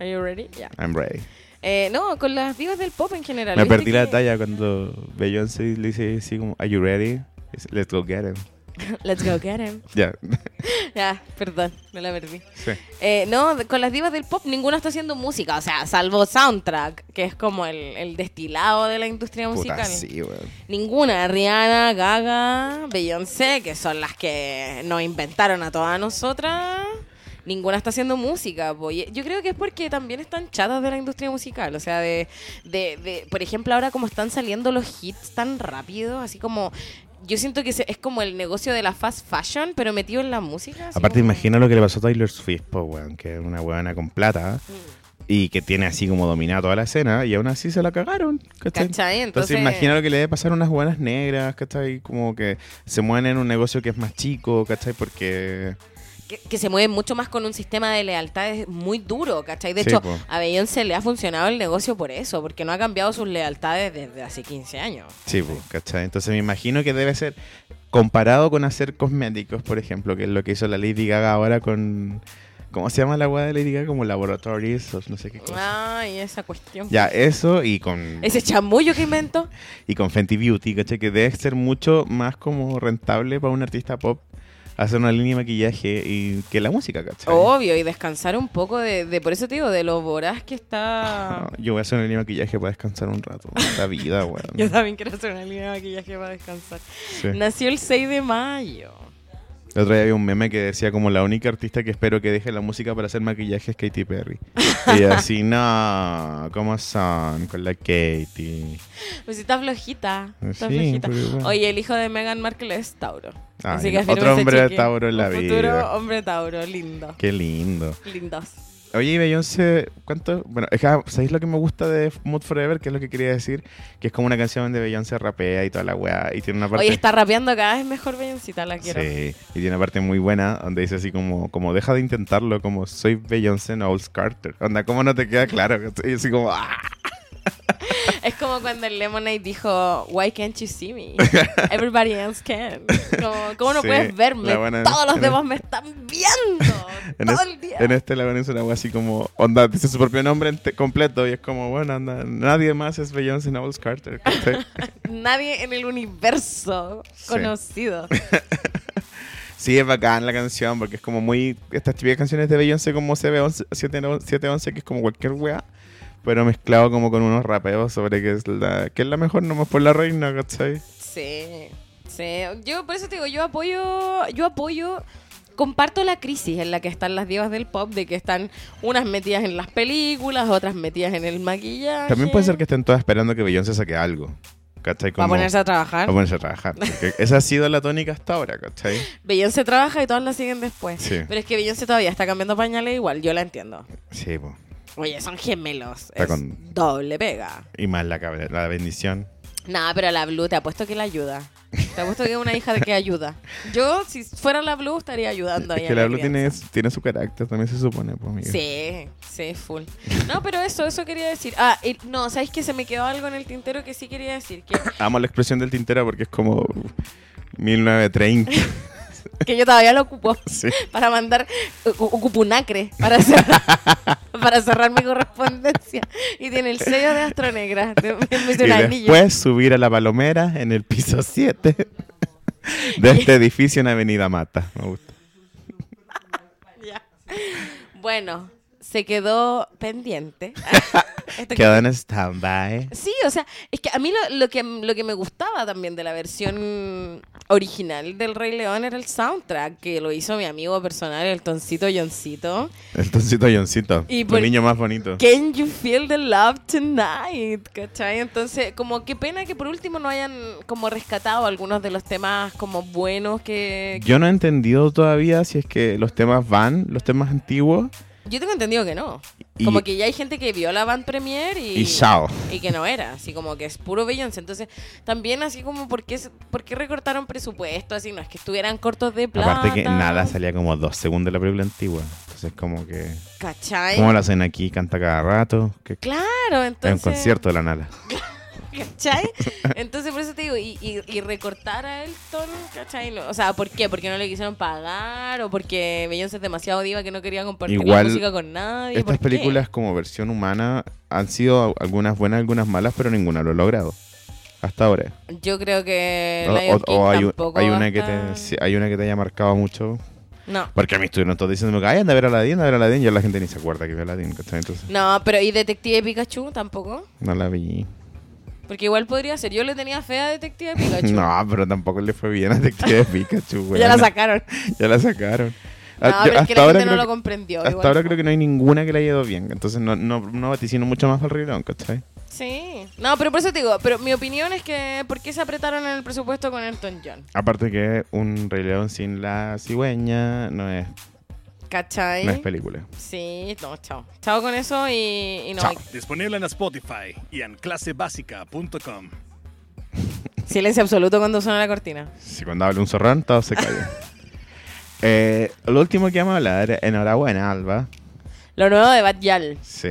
Are you ready? Ya. I'm ready. Eh, no, con las divas del pop en general. Me ¿Viste perdí la que- talla cuando Beyoncé le dice así como, ¿Are you ready? Dice, Let's go get him. *laughs* *laughs* Let's go get him. Ya, Ya, perdón, me la perdí. sí. Eh, no, de- con las divas del pop ninguna está haciendo música, o sea, salvo soundtrack, que es como el, el destilado de la industria musical. Puta, sí, weón. Ninguna, Rihanna, Gaga, Beyoncé, que son las que nos inventaron a todas nosotras. ninguna está haciendo música. po. Y Yo creo que es porque también están chatas de la industria musical. O sea, de, de, de- por ejemplo, ahora como están saliendo los hits tan rápido, así como... Yo siento que se- es como el negocio de la fast fashion, pero metido en la música. así Aparte, como- imagina lo que le pasó a Taylor Swift, po, weón, que es una weona con plata Mm. y que tiene así como dominada toda la escena y aún así se la cagaron. ¿cachai? ¿Cachai? Entonces, Entonces- imagina lo que le debe pasar a unas buenas negras, ¿cachai? Como que se mueven en un negocio que es más chico, ¿cachai? Porque. que, que se mueve mucho más con un sistema de lealtades muy duro, ¿cachai? De Sí, hecho, po. a Beyoncé le ha funcionado el negocio por eso, porque no ha cambiado sus lealtades desde hace 15 años. Sí, po, ¿cachai? Entonces me imagino que debe ser comparado con hacer cosméticos, por ejemplo, que es lo que hizo la Lady Gaga ahora con. ¿Cómo se llama la weá de Lady Gaga? Como laboratories, o no sé qué Ah. cosa. Ay, esa cuestión. Ya, eso y con. Ese chamullo que inventó. y con Fenty Beauty, ¿cachai? Que debe ser mucho más como rentable para un artista pop hacer una línea de maquillaje y que la música, ¿cachai? Obvio, y descansar un poco de, de- por eso te digo, de lo voraz que está. *laughs* Ah, Yo voy a hacer una línea de maquillaje para descansar un rato. La vida, weón. Yo también quiero hacer una línea de maquillaje para descansar. Sí. Nació el 6 de mayo. El otro día había un meme que decía como la única artista que espero que deje la música para hacer maquillaje es Katy Perry. Y yo así, no, ¿cómo son con la Katy? Pues está flojita. Está Sí, flojita. pero igual. Oye, el hijo de Meghan Markle es Tauro. Ay, Así no. que afirma Otro ese hombre chiqui. Tauro en la Un Futuro vida. hombre Tauro, lindo. Qué lindo. Lindos. Oye, y Beyoncé, ¿cuánto? Bueno, es que, ah, ¿sabéis lo que me gusta de Mood Forever? Que es lo que quería decir. Que es como una canción de Beyoncé rapea y toda la weá. Y tiene una parte... Oye, está rapeando cada vez mejor Beyoncita, la quiero. Sí, y tiene una parte muy buena donde dice así como, como deja de intentarlo, como soy Beyoncé Knowles Carter. Onda, ¿cómo no te queda claro? Y así como, ¡ah! Es como cuando el Lemonade dijo, Why can't you see *laughs* me? Everybody else can. Como, ¿Cómo no Sí, puedes verme? la buena- Todos los en demás me están viendo. *laughs* En, todo es- el día. en este la Vanessa una wea así como, onda, dice su propio nombre ente- completo y es como, bueno, onda, nadie más es Beyoncé Knowles Carter. *laughs* ¿cachai? Nadie en el universo Sí. conocido. sí, es bacán la canción porque es como muy, estas típicas canciones de Beyoncé como CB11, 711, que es como cualquier wea. Pero mezclado como con unos rapeos sobre que es la, que es la mejor nomás por la reina, ¿cachai? Sí, sí. Yo por eso te digo, yo apoyo, yo apoyo, comparto la crisis en la que están las divas del pop, de que están unas metidas en las películas, otras metidas en el maquillaje. También puede ser que estén todas esperando que Beyoncé saque algo. ¿Cachai? Va a Como- ponerse a trabajar. va a ponerse a trabajar. porque esa ha sido la tónica hasta ahora, ¿cachai? Beyoncé trabaja y todas la siguen después. Sí. Pero es que Beyoncé todavía está cambiando pañales igual, yo la entiendo. Sí, po. Oye, son gemelos. Está es con- doble pega. Y más la, cabra- la bendición. Nada, pero la Blue te apuesto que la ayuda. Te apuesto que es una hija de que ayuda. Yo, si fuera la Blue, estaría ayudando ahí es que a la Blue crianza. tiene, tiene su carácter, también se supone, pues, amiga. Sí, sí, full. No, pero eso, eso quería decir. Ah, y- no, ¿sabes que se me quedó algo en el tintero que sí quería decir? Que, Amo la expresión del tintero porque es como 1930. que yo todavía lo ocupo *laughs* sí. para mandar, eh, o- o- ocupo un acre para *laughs* cerrar, para cerrar mi correspondencia. Y tiene el sello de Astronegra, de, de, de Y un anillo. después subir a la palomera en el piso 7 *laughs* de este edificio en Avenida Mata. Me gusta. Ya. Bueno, se quedó pendiente. Ah, *laughs* Esto que- Quedan en stand-by. Sí, o sea, es que a mí lo, lo que, lo que me gustaba también de la versión original del Rey León era el soundtrack, que lo hizo mi amigo personal, el toncito Johncito. El toncito Johncito. Y El por- niño más bonito. Can you feel the love tonight? ¿Cachai? Entonces, como qué pena que por último no hayan como rescatado algunos de los temas como buenos que... Yo no he entendido todavía si es que los temas van, los temas antiguos, Yo tengo entendido que no. Y- Como que ya hay gente que vio la Van Premier y... y chao. y que no era, así como que es puro Beyoncé. Entonces, también así como, ¿por qué, se- por qué recortaron presupuesto? Así no es que estuvieran cortos de plata. Aparte que nada salía como dos segundos de la película antigua. Entonces como que... ¿Cachai? ¿Cómo lo hacen aquí? Canta cada rato. Que Claro, es entonces. un concierto de la Nala. ¿Cachai? Entonces, por eso te digo, y, y, y recortar a Elton, ¿cachai? No, o sea, ¿por qué? ¿Porque no le quisieron pagar? ¿O porque Beyoncé es demasiado diva que no quería compartir Igual, la música con nadie? Estas ¿Por qué? películas como versión humana han sido algunas buenas, algunas malas, pero ninguna lo ha logrado. Hasta ahora. Yo creo que. O- Lion o- King o hay, un- tampoco hay va a una que te, estar- sí, hay una que te haya marcado mucho. No. Porque a mí estuvieron todos diciéndome que "Ay, anda a ver a Aladdin, anda a ver a Aladdin. Ya la gente ni se acuerda que vio a Aladdin. ¿cachai? Entonces No, pero ¿y Detective Pikachu tampoco? no la vi. Porque igual podría ser. Yo le tenía fe a Detective *laughs* Pikachu. *laughs* No, pero tampoco le fue bien a Detective Pikachu, ya la weona. sacaron. Ya la sacaron. No, Ah, yo- pero es que la gente no creo lo que- comprendió. hasta ahora creo que no hay ninguna que le haya ido bien. Entonces no, no, no vaticino mucho más al Rilón, ¿cachai? Sí. No, pero por eso te digo, pero mi opinión es que ¿por qué se apretaron en el presupuesto con Elton John? Aparte que un Rey León sin la cigüeña no es, ¿Cachai? no es película. sí, no, chao. Chao con eso y, y no. Chao. Disponible en Spotify y en clasebásica.com. Silencio absoluto cuando suena la cortina. Si cuando habla un zorrón, todo se calla. *laughs* Eh, lo último que vamos a hablar, enhorabuena, Alba. Lo nuevo de Bad Yal. Sí.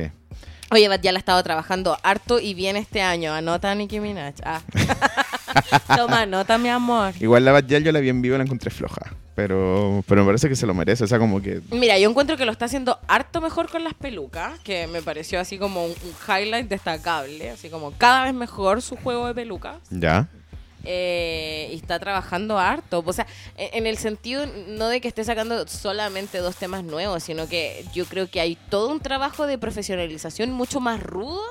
Oye, Bad Yal ha estado trabajando harto y bien este año. Anota Nicki Minaj. Ah. *laughs* Toma, anota, mi amor. Igual la Batial yo la vi en vivo y la encontré floja. Pero, pero me parece que se lo merece. O sea, como que. Mira, yo encuentro que lo está haciendo harto mejor con las pelucas, que me pareció así como un, un highlight destacable, así como cada vez mejor su juego de pelucas. Ya. Eh, y está trabajando harto. O sea, e-, en, en el sentido no de que esté sacando solamente dos temas nuevos, sino que yo creo que hay todo un trabajo de profesionalización mucho más rudo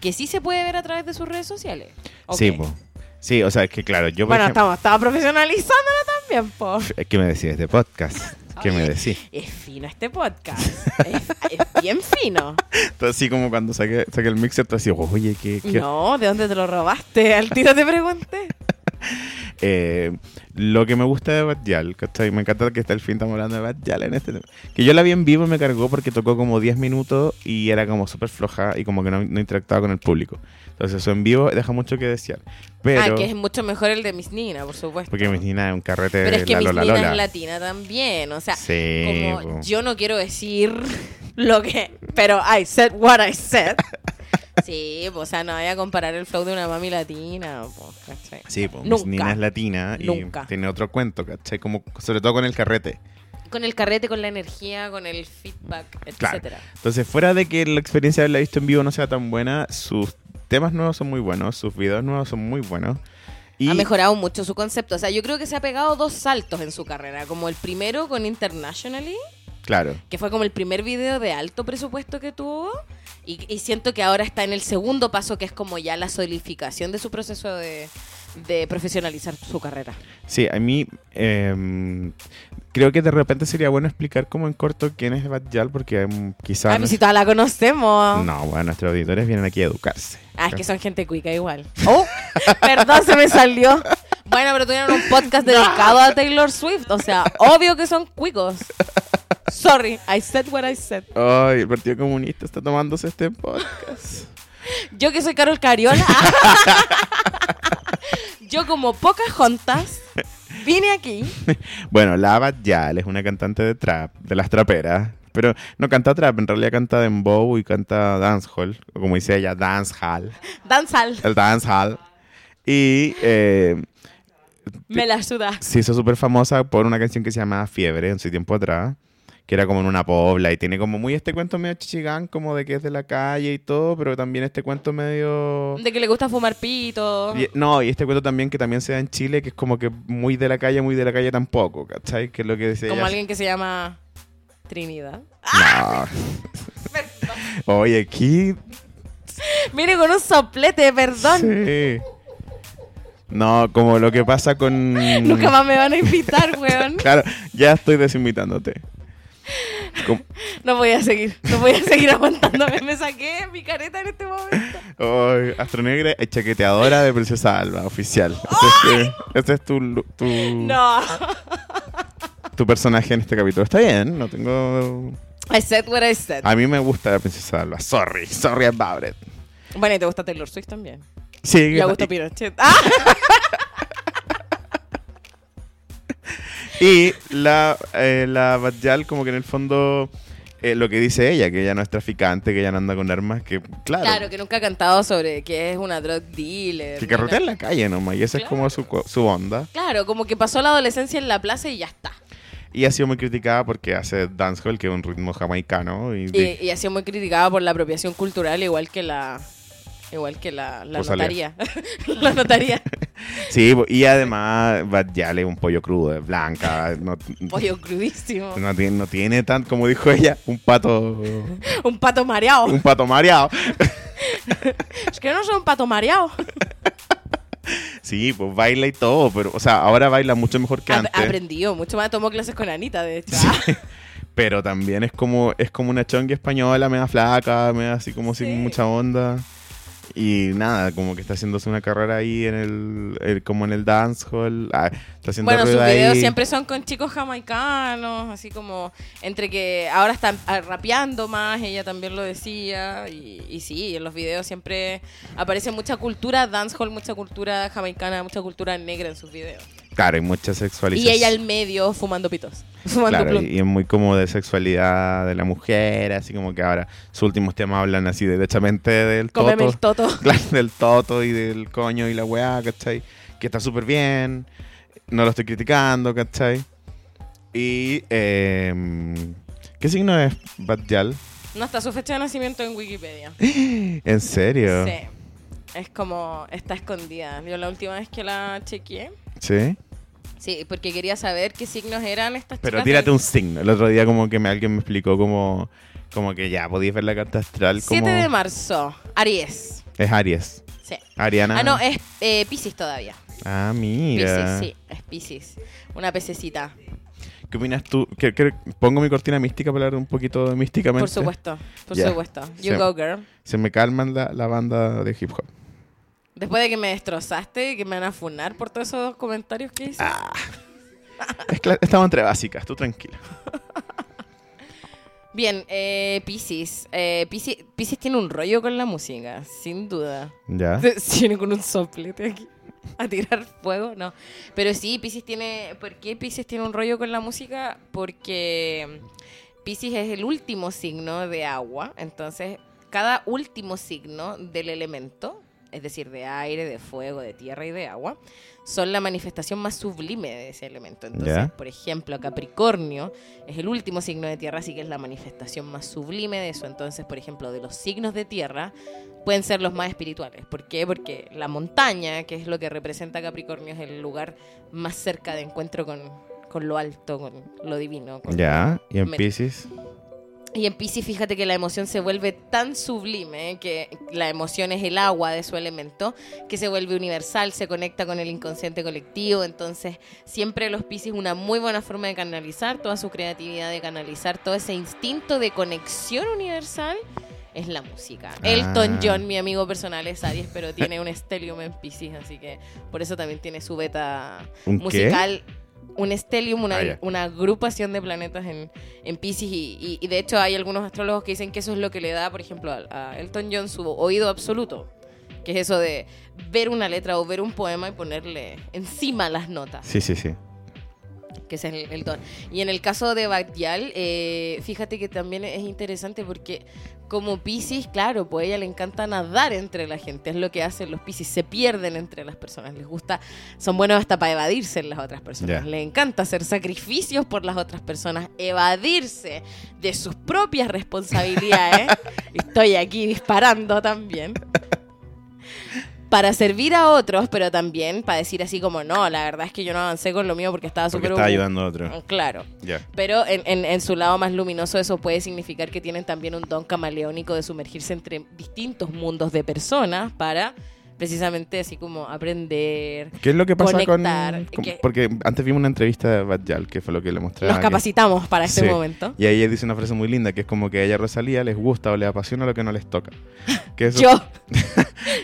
que sí se puede ver a través de sus redes sociales. Ok. Sí, po. Sí, o sea, es que claro, yo. por Bueno, ejemplo- estaba, estaba profesionalizándola también, po. Es que me decís este podcast. ¿Qué me decís? Es fino este podcast. es, es bien fino. Entonces, así como cuando saqué, saqué el mixer, tú así, oye, ¿qué, *laughs* qué, No, ¿de dónde te lo robaste? Al tiro te pregunté. Eh, lo que me gusta de Batjal, ¿cachai? Me encanta que está el fin estamos hablando de Batjal en este tema. Que yo la vi en vivo y me cargó porque tocó como 10 minutos y era como súper floja y como que no, no interactuaba con el público. Entonces eso en vivo deja mucho que desear. *laughs* Pero... Ah, que es mucho mejor el de Miss Nina, por supuesto. Porque Miss Nina es un carrete Pero es que la Miss Lola Nina Lola. es latina también, o sea, Sí, como po. yo no quiero decir *laughs* lo que, pero I said what *laughs* I said. Sí, po, o sea, no voy a comparar el flow de una mami latina. po, ¿cachai? Sí, pues Nunca. Nina es latina y Nunca. tiene otro cuento, ¿cachai? Como, sobre todo con el carrete. Con el carrete, con la energía, con el feedback, Claro. etcétera. Entonces, fuera de que la experiencia de haberla visto en vivo no sea tan buena, sus temas nuevos son muy buenos, sus videos nuevos son muy buenos. Y Ha mejorado mucho su concepto. O sea, yo creo que se ha pegado dos saltos en su carrera. Como el primero con Internationally, claro, que fue como el primer video de alto presupuesto que tuvo. Y, y siento que ahora está en el segundo paso, que es como ya la solidificación de su proceso de, de profesionalizar su carrera. Sí, a mí em, creo que de repente sería bueno explicar como en corto quién es Bad Yal, porque em, quizás... Ay, pues si todas la conocemos. No, bueno, nuestros auditores vienen aquí a educarse. Ah, es que son gente cuica igual. Oh, *laughs* perdón, se me *laughs* salió. Bueno, pero tuvieron un podcast dedicado a Taylor Swift. O sea, obvio que son cuicos. Sorry, I said what I said. Ay, el Partido Comunista está tomándose este podcast. Yo que soy Carol Cariola. *laughs* Yo como pocas juntas vine aquí. bueno, la Bad Yal es una cantante de trap, de las traperas. Pero no canta trap, en realidad canta dembow y canta dancehall, o como dice ella, dancehall, Danzal, el dancehall. Y eh, me la suda. se hizo súper famosa por una canción que se llamaba Fiebre en su tiempo atrás, que era como en una pobla y tiene como muy este cuento medio chichigán, como de que es de la calle y todo, pero también este cuento medio... De que le gusta fumar pito. y- no, y este cuento también que también se da en Chile, que es como que muy de la calle, muy de la calle tampoco, ¿cachai? Que es lo que decía Como ella. alguien que se llama Trinidad. No. Oye, aquí... Mire con un soplete, perdón. Sí. No, como lo que pasa con... *laughs* Nunca más me van a invitar, weón. Claro, ya estoy desinvitándote. Como- No voy a seguir, no voy a seguir aguantándome. Me saqué mi careta en este momento. Ay, Astronegra es chaqueteadora de Princesa Alba, oficial. Ese es, tu- ese es tu, lu- tu, No. tu personaje en este capítulo. Está bien, no tengo... I said what I said. A mí me gusta la Princesa Alba. Sorry, sorry about it. Bueno, y te gusta Taylor Swift también. Sí, Y Augusto Pinochet. ¡Ah! y, y la, eh, la Batjal como que en el fondo... eh, lo que dice ella, que ella no es traficante, que ella no anda con armas, que claro, Claro, que, que nunca ha cantado sobre que es una drug dealer. ni carretea nada. en la calle nomás, y esa es como su, co- su onda. Claro, como que pasó la adolescencia en la plaza y ya está. Y ha sido muy criticada porque hace dancehall, que es un ritmo jamaicano, y, Y, y ha sido muy criticada por la apropiación cultural, igual que la. Igual que la, la Por salir. notaría. *laughs* la notaría. Sí, bo- y además Bad Yal es un pollo crudo, es blanca, no, Pollo crudísimo. no tiene, no tiene tan, como dijo ella, un pato Un pato mareado. un pato mareado. Es que no soy un pato mareado. Sí, pues baila y todo, pero, o sea, ahora baila mucho mejor que Ap- antes. aprendió mucho más. Tomó clases con Anita, de hecho. Ah, Sí. Pero también es como, es como una chonga española, media flaca, media así como Sí. sin mucha onda. Y nada, como que está haciéndose una carrera ahí en el, el- como en el dancehall. Ah, está haciendo Bueno, sus ruido videos ahí. siempre son con chicos jamaicanos, así como entre que ahora están ah, rapeando más, ella también lo decía, y, y sí, en los videos siempre aparece mucha cultura dancehall, mucha cultura jamaicana, mucha cultura negra en sus videos. Claro, y mucha sexualización. Y ella al medio fumando pitos, *laughs* fumando Claro, blunt. y es muy como de sexualidad de la mujer, así como que ahora sus últimos temas hablan así derechamente del Cómeme toto. el toto. *laughs* Claro, del toto y del coño y la weá, ¿cachai? Que está súper bien. No lo estoy criticando, ¿cachai? Y. em, ¿Qué signo es Batjal? No está su fecha de nacimiento en Wikipedia. ¿En serio? Sí. Es como, está escondida. Yo la última vez que la chequeé, ¿Sí? sí, porque quería saber qué signos eran estas Pero chicas tírate del- un signo. El otro día, como que me, alguien me explicó, como, como que ya podías ver la carta astral. Como 7 de marzo, Aries. Es Aries. Sí. Ariana. Ah, no, es eh, Pisces todavía. Ah, Pisces, mira. sí, es Pisces. Una pececita, ¿Qué opinas tú? ¿Qué- qué- pongo mi cortina mística para hablar un poquito místicamente. por supuesto, por Ya. supuesto. You Sí. go, girl. Se me calman la, la banda de hip hop. Después de que me destrozaste y que me van a funar por todos esos comentarios que hice. Ah. Es cla- estamos entre básicas, tú tranquila. Bien, eh, Pisces. Eh, Pisces. Pisces tiene un rollo con la música, sin duda. Ya. *laughs* Si viene con un soplete aquí *laughs* a tirar fuego, no. Pero sí, Pisces tiene. ¿Por qué Pisces tiene un rollo con la música? Porque mm, Pisces es el último signo de agua. Entonces, cada último signo del elemento, es decir, de aire, de fuego, de tierra y de agua, son la manifestación más sublime de ese elemento. Entonces, Ya. por ejemplo, Capricornio es el último signo de tierra, así que es la manifestación más sublime de eso. Entonces, por ejemplo, de los signos de tierra pueden ser los más espirituales. ¿Por qué? Porque la montaña, que es lo que representa Capricornio, es el lugar más cerca de encuentro con, con lo alto, con lo divino. con- Ya. Y en Me- Pisces. Y en Pisces, fíjate que la emoción se vuelve tan sublime, ¿eh? que la emoción es el agua de su elemento, que se vuelve universal, se conecta con el inconsciente colectivo. Entonces, siempre los Pisces, una muy buena forma de canalizar toda su creatividad, de canalizar todo ese instinto de conexión universal. Es la música. Ah. Elton John, mi amigo personal, es Aries, pero tiene un estelium en Pisces, así que por eso también tiene su beta ¿Un musical, un estelium, una, Ah, ya. una agrupación de planetas en, en Pisces. Y, y- y de hecho, hay algunos astrólogos que dicen que eso es lo que le da, por ejemplo, a, a Elton John su oído absoluto. Que es eso de ver una letra o ver un poema y ponerle encima las notas, qué? Sí, sí, sí. que ese es el, el don. Y en el caso de Bactial, eh, fíjate que también es interesante porque como Pisces, claro, pues a ella le encanta nadar entre la gente, es lo que hacen los Pisces, se pierden entre las personas, les gusta, son buenos hasta para evadirse en las otras personas, Ya. le encanta hacer sacrificios por las otras personas, evadirse de sus propias *laughs* responsabilidades, estoy aquí disparando también. Para servir a otros, pero también para decir así como, no, la verdad es que yo no avancé con lo mío porque estaba Porque súper uh, está ocu- ayudando a otro. Claro. Ya. Pero en, en- en su lado más luminoso eso puede significar que tienen también un don camaleónico de sumergirse entre distintos mundos de personas para precisamente así como aprender. ¿Qué es lo que pasa con, Conectar, con- que- Porque antes vimos una entrevista de Batjal, que fue lo que le mostré. Los capacitamos para este Sí. momento. Y ahí ella dice una frase muy linda, que es como que a ella Rosalía les gusta o les apasiona lo que no les toca. Que eso- *laughs* Yo,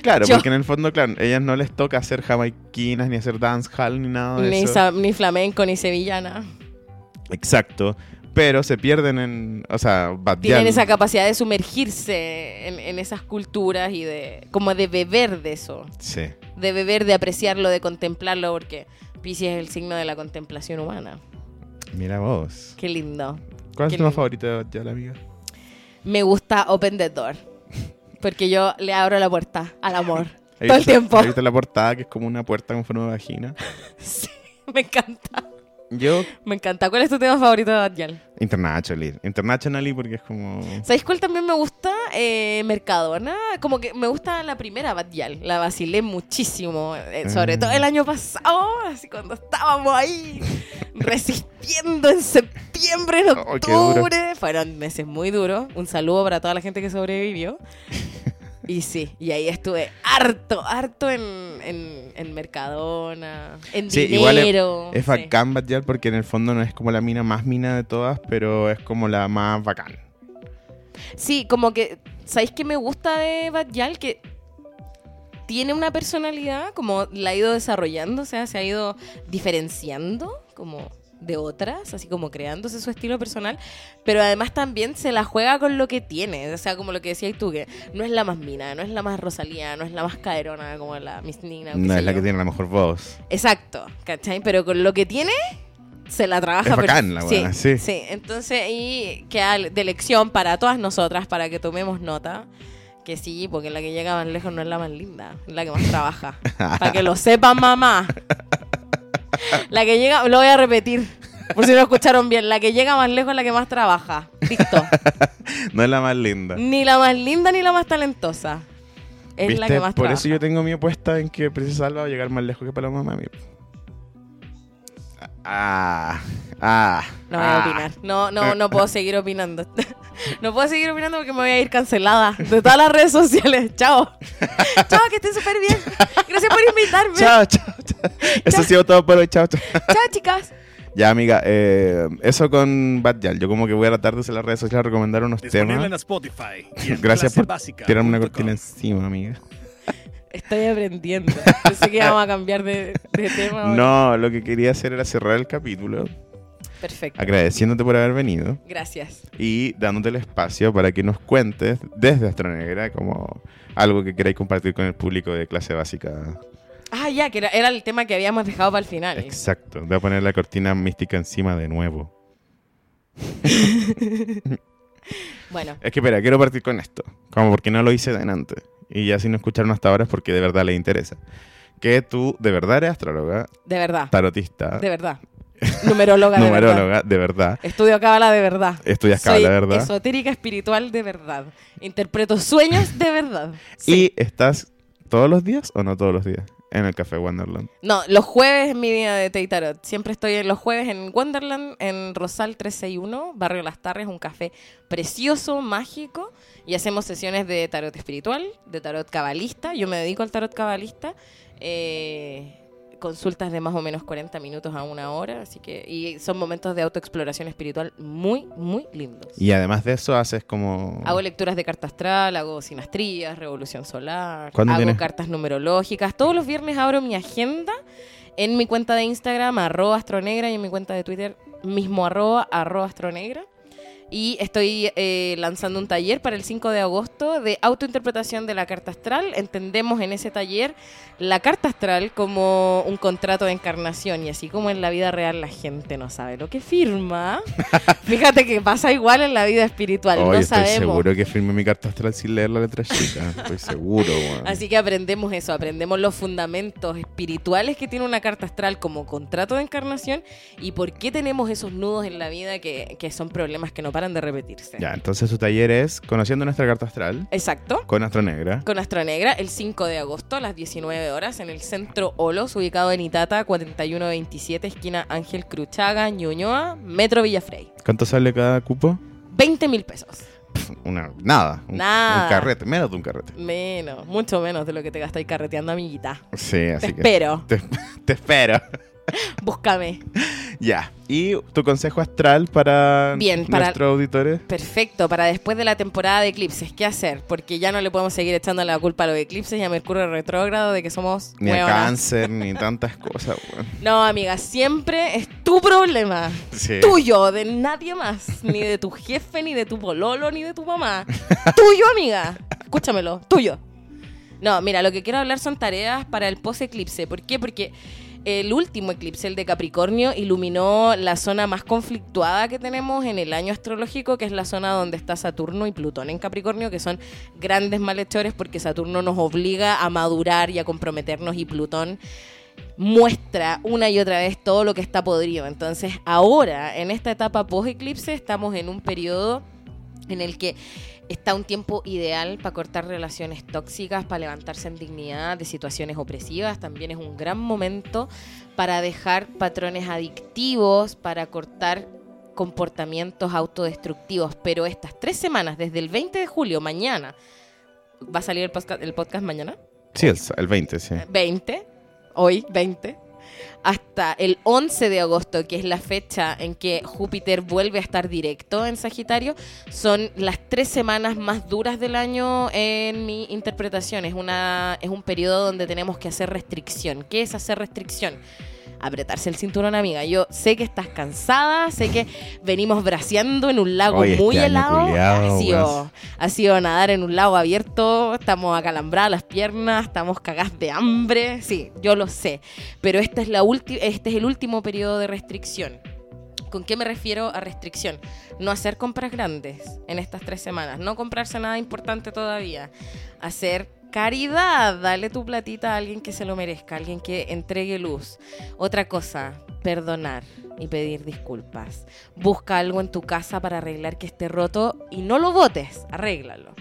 claro, yo. porque en el fondo, claro, ellas no les toca hacer jamaiquinas, ni hacer dancehall, ni nada de ni, eso. sa- ni flamenco, ni sevillana, Exacto. Pero se pierden en. O sea, tienen Batjal. esa capacidad de sumergirse en, en esas culturas y de como de beber de eso, Sí. de beber, de apreciarlo, de contemplarlo, porque Pisces es el signo de la contemplación humana. Mira vos. Qué lindo. ¿Cuál es Qué tu tema lindo. favorito de Batjal, amiga? me gusta Open the Door. Porque yo le abro la puerta al amor. Ahí todo el está- tiempo. ahí está la portada que es como una puerta con forma de vagina. Sí, *laughs* me encanta. Yo, Me encanta. ¿Cuál es tu tema favorito de Daniel? internationally. Internationally porque es como... ¿Sabéis cuál también me gusta? Eh, Mercadona. Como que me gusta la primera Badial. La vacilé muchísimo. eh, sobre Mm. todo el año pasado. Así cuando estábamos ahí resistiendo en septiembre, en *laughs* Oh, qué duro. octubre. Fueron meses muy duros. Un saludo para toda la gente que sobrevivió. Y sí, y ahí estuve harto, harto en, en, en Mercadona, en Sí, igual es- dinero. Es sí. bacán batear porque en el fondo no es como la mina más mina de todas, pero es como la más bacán. Sí, como que, ¿sabéis qué me gusta de Batyal? Que tiene una personalidad, como la ha ido desarrollando, o sea, se ha ido diferenciando como de otras, así como creándose su estilo personal, pero además también se la juega con lo que tiene, o sea, como lo que decías tú, que no es la más mina, no es la más Rosalía, no es la más caerona como la Miss Nina. o qué No sé es la yo. que tiene la mejor voz. Exacto, ¿cachai? Pero con lo que tiene, se la trabaja. Es per- bacán la buena, sí. entonces ahí queda de lección para todas nosotras, para que tomemos nota. Que sí, porque la que llega más lejos no es la más linda, es la que más *laughs* trabaja. para que lo sepan, mamá. La que llega, lo voy a repetir, por si no escucharon bien, la que llega más lejos es la que más trabaja. *laughs* Listo. No es la más linda. Ni la más linda ni la más talentosa. Es la ¿Viste? que más Por trabaja. eso yo tengo mi apuesta en que Princesa Alba va a llegar más lejos que Paloma Mami. Ah, ah. No voy a ah. opinar. No, no, no puedo seguir opinando. *laughs* No puedo seguir opinando porque me voy a ir cancelada de todas las redes sociales. *laughs* Chao. Chao, que estén súper bien. Gracias por invitarme. Chao, Chao, chao, chao. *laughs* Eso ha sido todo por hoy. Chao, chao. chicas. Ya, amiga, eh, eso con Batjal. Yo como que voy a tratar de usar las redes sociales a recomendar unos Disponible temas. en Spotify. y en Gracias por clasebásica.com. tirarme una cortina encima, amiga. Estoy aprendiendo. Pensé que íbamos a cambiar de, de tema. ahora. No, lo que quería hacer era cerrar el capítulo Perfecto. agradeciéndote por haber venido Gracias. y dándote el espacio para que nos cuentes desde Astronegra como algo que queráis compartir con el público de clase básica. Ah, ya, que era, era el tema que habíamos dejado para el final. Exacto. Voy a poner la cortina mística encima de nuevo. Bueno, Es que espera, quiero partir con esto. Como porque no lo hice delante. Y ya si no escucharon hasta ahora es porque de verdad les interesa. Que tú de verdad eres astróloga, de verdad. tarotista, De verdad. Numeróloga de verdad. numeróloga, de verdad. Estudio cábala de verdad. Estudias Soy cábala, ¿verdad? Esotérica espiritual de verdad. Interpreto sueños de verdad. Sí. ¿Y estás todos los días o no todos los días en el Café Wonderland? No, los jueves es mi día de Tei Tarot. Siempre estoy en los jueves en Wonderland, en Rosal 361, Barrio Las Tarres, un café precioso, mágico. Y hacemos sesiones de tarot espiritual, de tarot cabalista. Yo me dedico al tarot cabalista. Eh, consultas de más o menos 40 minutos a una hora. Así que, y son momentos de autoexploración espiritual muy, muy lindos. Y además de eso haces como... Hago lecturas de carta astral, hago sinastrías, revolución solar, hago ¿Cuándo tienes? cartas numerológicas. Todos los viernes abro mi agenda en mi cuenta de Instagram, arroba astronegra, y en mi cuenta de Twitter, mismo arroba, arroba astronegra. Y estoy eh, lanzando un taller para el 5 de agosto de autointerpretación de la carta astral. Entendemos en ese taller la carta astral como un contrato de encarnación y así como en la vida real la gente no sabe lo *laughs* que firma. Fíjate que pasa igual en la vida espiritual, Oye, no estoy sabemos. seguro que firmé mi carta astral sin leer la letra chica. Estoy *laughs* seguro, weón. Así que aprendemos eso, aprendemos los fundamentos espirituales que tiene una carta astral como contrato de encarnación y por qué tenemos esos nudos en la vida que, que son problemas que no paran de repetirse. Ya, entonces su taller es Conociendo nuestra carta astral Exacto. con Astronegra. Con Astronegra, el 5 de agosto a las 19 horas en el centro Olos, ubicado en Itata, 4127, esquina Ángel Cruchaga, Ñuñoa, Metro Villafrey. ¿Cuánto sale cada cupo? 20 mil pesos. Una, nada. Un, Nada. un carrete, menos de un carrete. Menos, mucho menos de lo que te gastáis carreteando, amiguita. Sí, Te así que espero, te *laughs* espero. búscame. ya. ¿Y tu consejo astral para, Bien, para- nuestros auditores? Perfecto, para después de la temporada de eclipses, ¿qué hacer? Porque ya no le podemos seguir echando la culpa a los eclipses y a Mercurio retrógrado de que somos Ni a hueonas. cáncer, ni tantas cosas, weón. No, amiga, siempre es tu problema. Sí. Tuyo, de nadie más. Ni de tu jefe, ni de tu pololo, ni de tu mamá. Tuyo, amiga. Escúchamelo, tuyo. No, mira, lo que quiero hablar son tareas para el post-eclipse. ¿Por qué? Porque el último eclipse, el de Capricornio, iluminó la zona más conflictuada que tenemos en el año astrológico, que es la zona donde está Saturno y Plutón en Capricornio, que son grandes malhechores porque Saturno nos obliga a madurar y a comprometernos y Plutón muestra una y otra vez todo lo que está podrido. Entonces, ahora, en esta etapa post-eclipse, estamos en un periodo en el que está un tiempo ideal para cortar relaciones tóxicas, para levantarse en dignidad de situaciones opresivas. También es un gran momento para dejar patrones adictivos, para cortar comportamientos autodestructivos. Pero estas tres semanas, desde el 20 de julio, mañana, va a salir el podcast, el podcast mañana, Sí, el, el 20, sí. Eh, 20, hoy 20, hasta el 11 de agosto, que es la fecha en que Júpiter vuelve a estar directo en Sagitario, son las tres semanas más duras del año en mi interpretación. Es, una, es un periodo donde tenemos que hacer restricción. ¿Qué es hacer restricción? Apretarse el cinturón, amiga. Yo sé que estás cansada, sé que venimos braceando en un lago Oye, este muy año helado. culiao, ha, weón. sido, ha sido nadar en un lago abierto, estamos acalambradas las piernas, estamos cagadas de hambre. Sí, yo lo sé. Pero esta es la ulti- este es el último periodo de restricción. ¿Con qué me refiero a restricción? No hacer compras grandes en estas tres semanas, no comprarse nada importante todavía, hacer caridad, dale tu platita a alguien que se lo merezca, alguien que entregue luz. Otra cosa, perdonar y pedir disculpas. Busca algo en tu casa para arreglar que esté roto y no lo botes, arréglalo.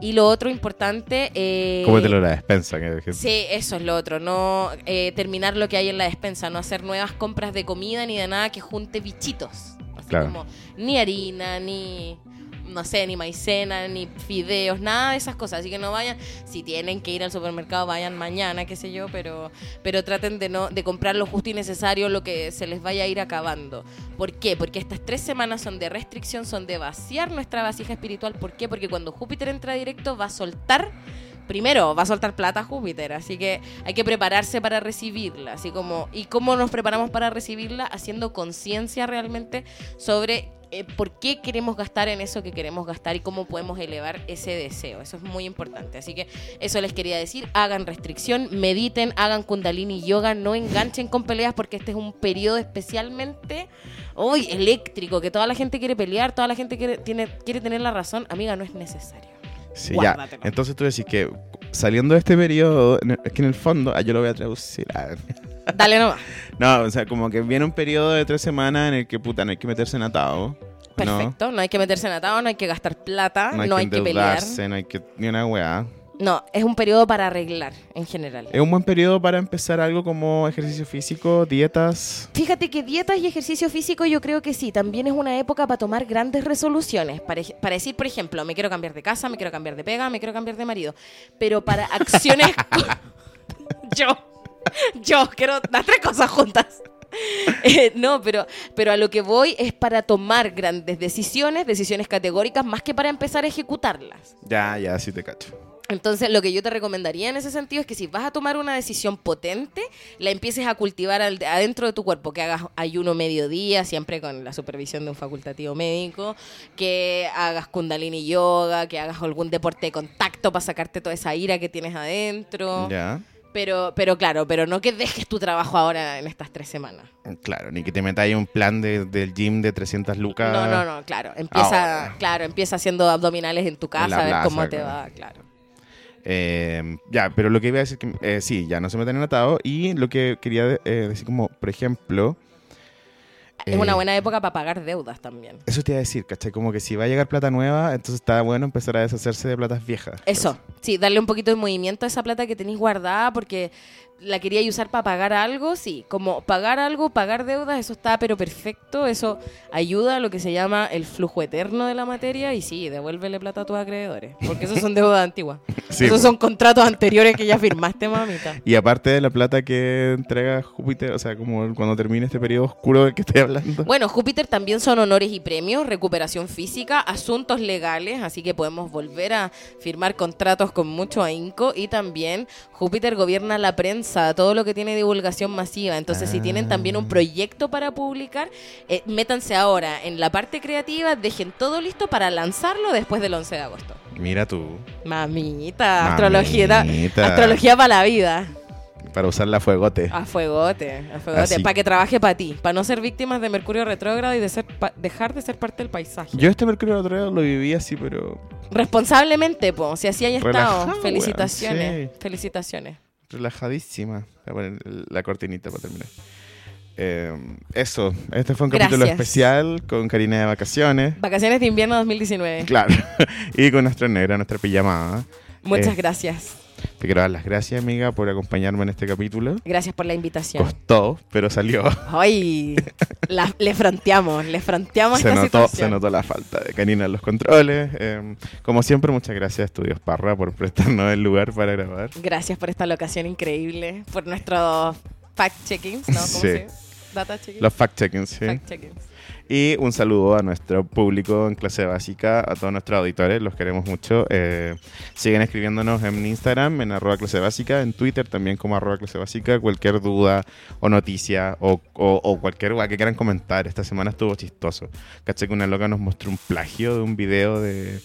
Y lo otro importante... Eh, Cómetelo la despensa. que- que- Sí, eso es lo otro, no eh, terminar lo que hay en la despensa, no hacer nuevas compras de comida ni de nada que junte bichitos. Así Claro. como ni harina, ni no sé, ni maicena, ni fideos, nada de esas cosas. Así que no vayan, si tienen que ir al supermercado, vayan mañana, qué sé yo, pero, pero traten de no, de comprar lo justo y necesario, lo que se les vaya a ir acabando. ¿Por qué? Porque estas tres semanas son de restricción, son de vaciar nuestra vasija espiritual. ¿Por qué? Porque cuando Júpiter entra directo va a soltar primero va a soltar plata Júpiter, así que hay que prepararse para recibirla, así como y cómo nos preparamos para recibirla haciendo conciencia realmente sobre eh, por qué queremos gastar en eso que queremos gastar y cómo podemos elevar ese deseo. Eso es muy importante. Así que eso les quería decir. Hagan restricción, mediten, hagan kundalini yoga, no enganchen con peleas porque este es un periodo especialmente hoy eléctrico, que toda la gente quiere pelear, toda la gente quiere, tiene, quiere tener la razón. Amiga, no es necesario. Sí, ya. Guárdatelo. Entonces tú decís que saliendo de este periodo, en el- es que en el fondo, ah, yo lo voy a traducir. ah. Dale nomás. No, o sea, como que viene un periodo de tres semanas en el que, puta, no hay que meterse en atado. ¿no? Perfecto, *laughs* no. hay que meterse en atado, no hay que gastar plata, no hay, que, pelear. endeudarse, no hay que ni una weá. No, es un periodo para arreglar en general. Es un buen periodo para empezar algo como ejercicio físico, dietas. Fíjate que dietas y ejercicio físico yo creo que sí, también es una época para tomar grandes resoluciones, para, ej- para decir, por ejemplo, me quiero cambiar de casa, me quiero cambiar de pega, me quiero cambiar de marido, pero para acciones... con- yo, yo, quiero las tres cosas juntas. Eh, no, pero, pero a lo que voy es para tomar grandes decisiones, decisiones categóricas, más que para empezar a ejecutarlas. Ya, ya, sí te cacho. Entonces, lo que yo te recomendaría en ese sentido es que si vas a tomar una decisión potente, la empieces a cultivar al- adentro de tu cuerpo, que hagas ayuno mediodía, siempre con la supervisión de un facultativo médico, que hagas kundalini yoga, que hagas algún deporte de contacto para sacarte toda esa ira que tienes adentro. Ya. Pero, pero claro, pero no que dejes tu trabajo ahora en estas tres semanas. Claro, ni que te metáis un plan de- del gym de 300 lucas. No, no, no, claro. Empieza, Ahora. claro, empieza haciendo abdominales en tu casa, En la a ver plaza, cómo te claro. va, claro. Eh, ya, pero lo que iba a decir que eh, sí, ya no se meten en atado. Y lo que quería eh, decir, como, por ejemplo. Es eh, una buena época para pagar deudas también. Eso te iba a decir, ¿cachai? Como que si va a llegar plata nueva, entonces está bueno empezar a deshacerse de platas viejas. Eso, sí, darle un poquito de movimiento a esa plata que tenéis guardada porque la quería usar para pagar algo, sí, como pagar algo, pagar deudas, eso está pero perfecto, eso ayuda a lo que se llama el flujo eterno de la materia y sí, devuélvele plata a tus acreedores, porque esos son deudas antiguas, Sí, esos pues. son contratos anteriores que ya firmaste, mamita. Y aparte de la plata que entrega Júpiter, o sea, como cuando termine este periodo oscuro del que estoy hablando. Bueno, Júpiter también son honores y premios, recuperación física, asuntos legales, así que podemos volver a firmar contratos con mucho ahínco y también Júpiter gobierna la prensa, todo lo que tiene divulgación masiva. Entonces, si tienen también un proyecto para publicar, eh, métanse ahora en la parte creativa, dejen todo listo para lanzarlo después del 11 de agosto. Mira tú, Mamita, astrología, astrología para la vida. para usar la fuegote. A fuegote, a fuegote, Así- para que trabaje para ti, para no ser víctimas de Mercurio retrógrado y de ser pa- dejar de ser parte del paisaje. Yo este Mercurio retrógrado lo viví así, pero Responsablemente, po, si así hay estado, Relajado, felicitaciones, weón, sí. felicitaciones. relajadísima. Voy a poner la cortinita para terminar. Eh, eso, este fue un capítulo Gracias. especial con Karina de vacaciones. Vacaciones de invierno 2019. *laughs* Claro. y con nuestra negra, nuestra pijamada. Muchas Eh, gracias. Te quiero dar las gracias, amiga, por acompañarme en este capítulo. Gracias por la invitación. Costó, pero salió. Ay, la- le fronteamos, le fronteamos *laughs* Se esta notó, se situación. notó la falta de canina en los controles. Eh, como siempre, muchas gracias a Estudios Parra por prestarnos el lugar para grabar. Gracias por esta locación increíble, por nuestros fact-checkings, ¿no? ¿Cómo Sí. se Data checkings. Los fact-checkings, sí. Fact-checkings. Y un saludo a nuestro público en clase básica, a todos nuestros auditores, los queremos mucho. Eh, siguen escribiéndonos en Instagram, en arroba clase básica, en Twitter también como arroba clase básica, cualquier duda o noticia o, o- o cualquier guay que quieran comentar. Esta semana estuvo chistoso. Caché que una loca nos mostró un plagio de un video de,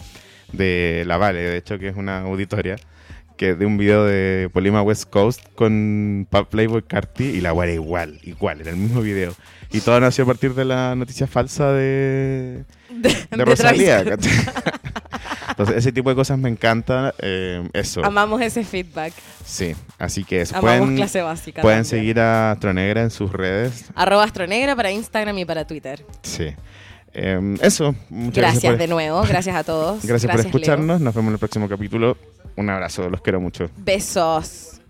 de La Vale, de hecho que es una auditoria. Que de un video de Polima West Coast con Pa- Playboy Carti y la guay era igual, igual, era el mismo video. Y todo nació a partir de la noticia falsa de, De, de, *laughs* de Rosalía. Travis Scott. ¿cachai? *laughs* Entonces, ese tipo de cosas me encanta. eh, eso. Amamos ese feedback. sí, así que eso. Amamos Pueden, clase básica. pueden también. seguir a Astronegra en sus redes. Arroba Astronegra para Instagram y para Twitter. Sí. Eh, eso. Muchas Gracias, gracias, por, de nuevo, gracias a todos. gracias por Leo. escucharnos. Nos vemos en el próximo capítulo. Un abrazo, los quiero mucho. Besos.